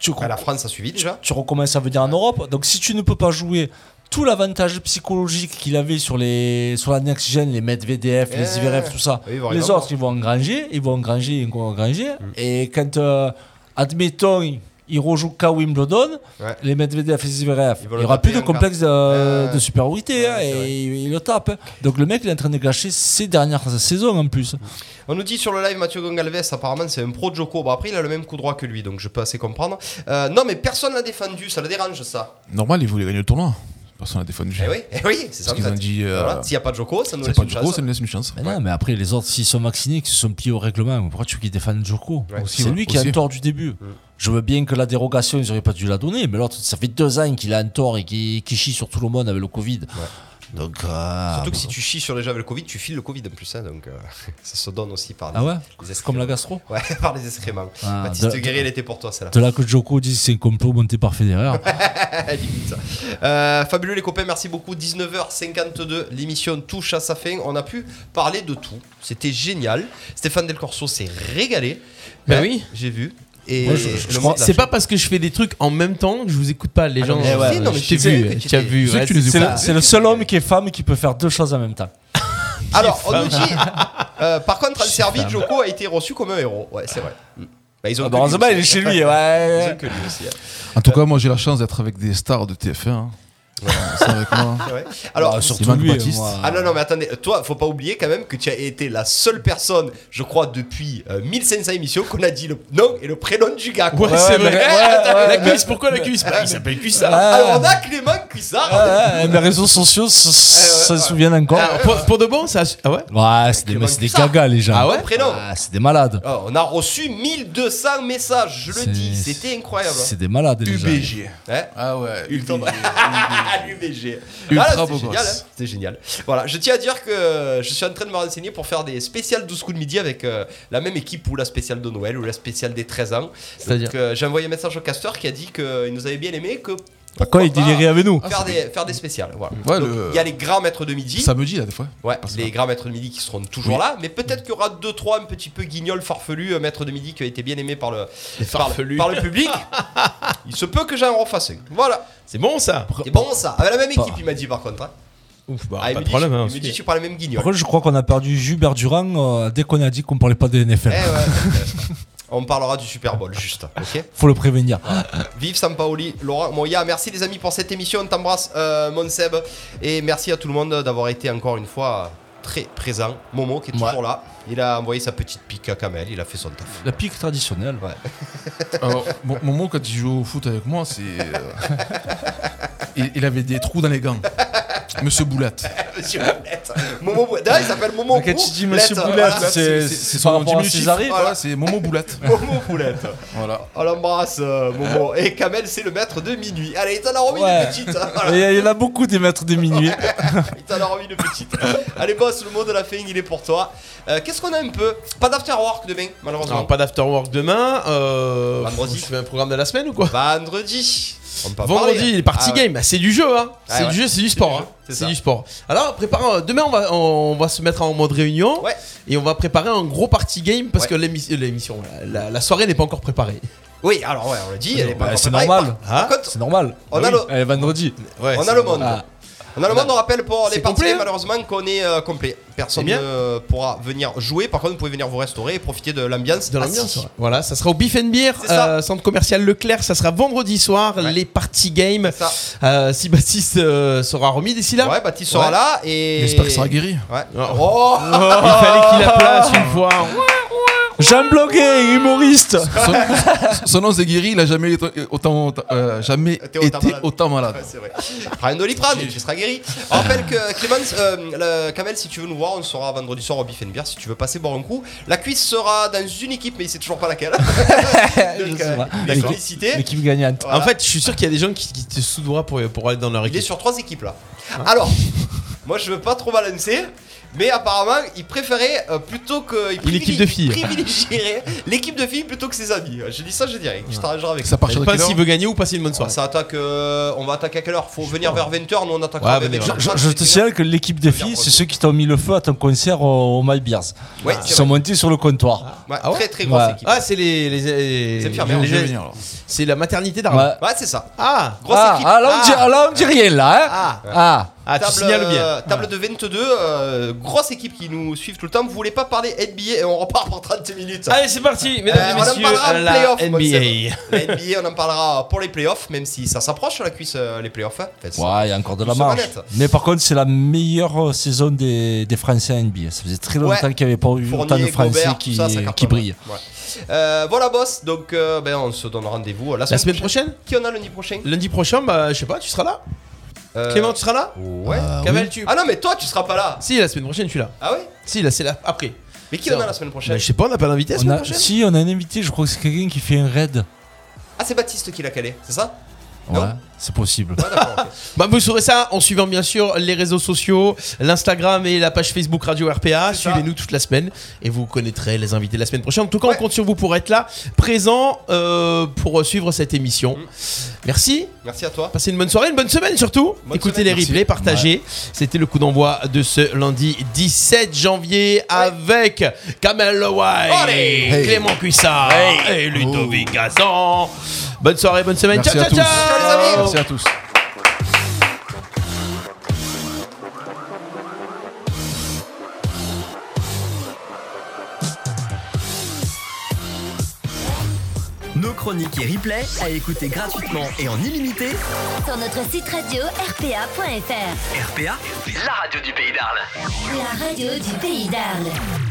Tu, Ah, la France a suivi déjà. tu recommences à venir en Europe. Donc si tu ne peux pas jouer tout l'avantage psychologique qu'il avait sur, les, sur la next gen, les Medvedev, les Eh, IVRF, tout ça, oui, il va rien les avoir. autres, ils vont engranger, ils vont engranger, ils vont engranger. Mm. Et quand, euh, admettons, ils- ils rejouent qu'à Wimbledon, Ouais. les Medvedev, les IVRF, Ils il vont n'y le aura plus de taper encore. complexe de, Ouais. de supériorité Ouais, hein, c'est vrai. et il, il le tape. hein. Donc le mec, il est en train de gâcher ses dernières saisons en plus. On nous dit sur le live Mathieu Gongalves, apparemment c'est un pro Joko. Bon, après il a le même coup droit que lui, donc je peux assez comprendre. Euh, non, mais personne l'a défendu, ça le dérange ça. Normal, ils voulaient gagner le tournoi. Personne n'a défendu. Eh oui, eh oui, c'est ça. Parce en qu'ils fait. ont dit, euh, Voilà, S'il n'y a pas de Joko, ça nous C'est laisse pas une du gros, chance. ça me laisse une chance. Mais non, mais après, les autres, s'ils sont vaccinés, qu'ils se sont pliés au règlement, pourquoi tu veux qu'ils défendent Djoko Ouais. C'est lui qui a Aussi. le tort du début. Je veux bien que la dérogation, ils auraient pas dû la donner, mais l'autre, ça fait deux ans qu'il a un tort et qu'il qu'il chie sur tout le monde avec le Covid. Donc, euh, Surtout que si tu chies sur les gens avec le Covid, tu files le Covid en plus, hein, donc euh, ça se donne aussi par les, ah ouais les C'est comme la gastro. Ouais, par les excréments. Ah, Baptiste de- Guéry, elle était pour toi, celle-là. De là que Joko dit c'est un complot monté par Federer. Limite. Euh, fabuleux les copains, merci beaucoup. 19h52, l'émission touche à sa fin. On a pu parler de tout. C'était génial. Stéphane Del Corso s'est régalé. Euh, Ben oui. J'ai vu. Et Moi, je- je- le je- monde c'est lâche. pas parce que je fais des trucs en même temps que je vous écoute pas, les Ah gens. non, mais je sais, non, mais je t'ai je sais vu, euh, que tu tu as t'es- vu. je sais ouais, que tu les c'est C'est ça. le, c'est le seul homme qui est femme qui peut faire deux choses en même temps. Alors, on nous dit. euh, par contre, le servi, Joko a été reçu comme un héros. Ouais, c'est vrai. Mm. Bah, ils ont Ah que bah, lui heureusement, aussi. il est chez lui. Ils ont Ouais. que lui aussi, hein. En tout cas, moi, j'ai la chance d'être avec des stars de TF1. hein. Euh, C'est avec moi. C'est vrai. Alors, Ah, c'est surtout Marc lui. Baptiste. moi. Ah non, non, mais attendez, toi, faut pas oublier quand même que tu as été la seule personne, je crois, depuis euh, 1500 émissions, qu'on a dit le nom et le prénom du gars. quoi. Ouais, c'est vrai. mais- Ah, ouais, ouais, la mais- Ah, cuisse, pourquoi la cuisse Bah, Il s'appelle Cuissard. Alors, Ah, on a Clément Cuissard. Ouais, mes réseaux sociaux se se ouais. souviennent encore. Ah, pour, pour de bon, ça. Ah ouais Ouais, c'est des, mais c'est des Clément gagas, les gens. Ah ouais Un prénom. Ah, c'est des malades. Ah, on a reçu 1200 messages, je le C'est- dis, c'était incroyable. Hein. C'est des malades, les gens. Ouais. Ah ouais. Ultra, UBG. l'UBG. Ultra Voilà, c'était beau génial. gosse. hein. C'était génial. Voilà, je tiens à dire que euh, je suis en train de me renseigner pour faire des spéciales 12 coups de midi avec euh, la même équipe ou la spéciale de Noël ou la spéciale des 13 ans. C'est-à-dire Donc, euh, J'ai envoyé un message au casteur qui a dit qu'il nous avait bien aimé, que Pourquoi Bah, il Ah, pas délirait avec nous faire, des, faire des spéciales. Mm. Voilà. Ouais, Donc, le- Il y a les grands maîtres de midi. Samedi, là, des fois. Ouais, Parce les que- grands maîtres de midi qui seront toujours là, mais peut-être qu'il y aura deux trois un petit peu guignol farfelu maître de midi qui a été bien aimé par le par, le- farfelus. par le public. Il se peut que j'en refasse un. Voilà. C'est bon ça C'est bon ça. Avec la même équipe, il m'a dit par contre. hein. Ouf, bah, Ah, il pas de me dit, problème. je- hein, il me dit ensuite. tu parles même guignol. Après, je crois qu'on a perdu Hubert Durand euh, dès qu'on a dit qu'on parlait pas de NFL. Eh ouais. On parlera du Super Bowl juste, ok Faut le prévenir. Vive Sampaoli, Laurent Moya, merci les amis pour cette émission, on t'embrasse euh, mon Seb et merci à tout le monde d'avoir été encore une fois euh, très présent. Momo qui est toujours là, il a envoyé sa petite pique à Kamel, il a fait son taf. La pique traditionnelle. Alors, mon Momo, quand il jouait au foot avec moi, c'est. euh, il, il avait des trous dans les gants. Monsieur Boulette. Monsieur Boulette. Momo Boulette. D'ailleurs, il s'appelle Momo Quand tu dis Monsieur Boulette, Boulette, voilà. c'est- par nom rapport à diminutif. Césarée, Voilà, c'est Momo Boulette. Momo Boulette. Voilà. On l'embrasse, euh, Momo. Et Kamel, c'est le maître de minuit. Allez, il t'en a remis Ouais. une petite. hein. Voilà. Eh, Et il y en a beaucoup des maîtres des minuit. Il t'en a remis une petite. Allez, boss, le mot de la fin, il est pour toi. Euh, Qu'est-ce qu'on a un peu Pas d'afterwork demain, malheureusement. Alors, pas d'afterwork demain. Euh, Vendredi. Je fais un programme de la semaine ou quoi Vendredi. On peut pas Vendredi, parler. les party Ah ouais. game, bah, c'est du jeu, hein. Ah c'est ouais. du jeu, c'est du sport, du hein. jeu, c'est c'est ça. du sport. Alors, préparons. euh, Demain, on va, on va se mettre en mode réunion Ouais. et on va préparer un gros party game parce Ouais. que l'émi- euh, l'émission, la, la- la soirée n'est pas encore préparée. Oui, alors ouais, on l'a dit. elle est pas Bah, encore c'est préparée. normal. Par- par Hein contre, C'est normal. On Bah a oui. le- Eh, vendredi. on a le monde. Ah. On a le monde, on rappelle pour les C'est parties, complet, hein malheureusement, qu'on est euh, complet. Personne C'est bien. ne pourra venir jouer. Par contre, vous pouvez venir vous restaurer et profiter de l'ambiance. Ah, De assis. l'ambiance, ouais. Voilà, ça sera au Beef and Beer, C'est ça. euh, centre commercial Leclerc. Ça sera vendredi soir, Ouais. les party games. C'est ça. Euh, si Baptiste euh, sera remis d'ici là. Ouais, Baptiste sera Ouais. là et. J'espère qu'il sera guéri. Ouais. Oh. Oh. Il fallait qu'il la place une fois. Jean Bloguet, humoriste. Son, son nom, c'est guéri. Il a jamais été autant, euh, jamais T'es été autant malade. autant Ouais, malade. c'est vrai. Prends une doliprane, tu seras guéri. On rappelle que Clémence, euh, le- Kamel, si tu veux nous voir, on sera vendredi soir au Biff and Beer. Si tu veux passer boire un coup, la cuisse sera dans une équipe, mais il sait toujours pas laquelle. Donc, sais euh, pas. il est D'accord. sollicité. L'équipe gagnante. Voilà. En fait, je suis sûr qu'il y a des gens qui, qui te soudoient pour, pour aller dans leur Il est équipe. sur trois équipes là. Alors, moi je veux pas trop balancer, mais apparemment il préférait euh, plutôt que. Il Une équipe de filles. privilégierait l'équipe de filles plutôt que ses amis. Je dis ça, je dirais. Je t'arrangerai avec Ça ça. part Je sur sais de pas quelle s'il heure veut gagner ou passer une bonne soirée. Ça attaque. euh, on va attaquer à quelle heure Faut venir vers 20h, nous on attaque Ouais, vers venez 20h. vers- Je, je te signale que l'équipe des filles, c'est ceux qui t'ont mis le feu à ton concert au, au My Beers. Ouais, Ils c'est sont vrai. montés sur le comptoir. Ouais, Ah ouais Très très grosse Ouais. équipe. Ah, c'est les. les, les- C'est fermé, on hein. les- Je vais venir, alors. C'est la maternité d'Arles. Ouais. Ouais, c'est ça. Ah Grosse ah, équipe. ah, là, on dit, Ah. ah, là, on dit rien, là. Hein Ah ah. Ah, tu Table, signales bien. euh, table de 22, euh, grosse équipe qui nous suivent tout le temps. Vous voulez pas parler NBA et on repart pour 30 minutes. Allez, c'est parti, Euh, mesdames on en et messieurs, parlera en la playoff, moi, NBA. La NBA, on en parlera pour les playoffs, même si ça s'approche sur la cuisse euh, les playoffs. hein. Enfin, ça- Ouais, il y a encore de la Ils sont marge. honnêtes. Mais par contre, c'est la meilleure euh, saison des, des Français à NBA. Ça faisait très longtemps Ouais. qu'il n'y avait pas eu autant de Fournier, Français Gobert, qui, tout ça, ça qui cartonne. brillent. Ouais. Euh, voilà, boss. Donc, euh, ben, on se donne rendez-vous la semaine, La semaine prochaine Qui on a lundi prochain Lundi prochain, bah, je sais pas, tu seras là Euh, Clément, tu seras là Ouais. Kamel, tu. Ah non, mais toi, tu seras pas là. Si, la semaine prochaine, tu es là. Ah ouais Si, là, c'est là, après. Mais qui Ça on a va. la semaine prochaine Bah, je sais pas, on n'a pas d'invité la On semaine a- prochaine si, on a un invité, je crois que c'est quelqu'un qui fait un raid. Ah, c'est Baptiste qui l'a calé, c'est ça Ouais, Non. c'est possible. Ouais, d'accord. ok. Bah, vous saurez ça en suivant bien sûr les réseaux sociaux, l'Instagram et la page Facebook Radio RPA. C'est ça. Suivez-nous toute la semaine et vous connaîtrez les invités de la semaine prochaine. En tout cas, on compte sur vous pour être là, présent euh, pour suivre cette émission. Merci. Merci à toi. Passez une bonne soirée, une bonne semaine surtout. Bonne Écoutez semaine. les replays, partagez. C'était le coup d'envoi de ce lundi 17 janvier avec Kamel Loway, Allez. Clément Cuissard et Ludovic Gazan. Bonne soirée, bonne semaine. Merci ciao, à ciao, tous. ciao. Merci à tous. Nos chroniques et replays à écouter gratuitement et en illimité. Sur notre site radio rpa.fr. RPA, la radio du pays d'Arles. La radio du pays d'Arles.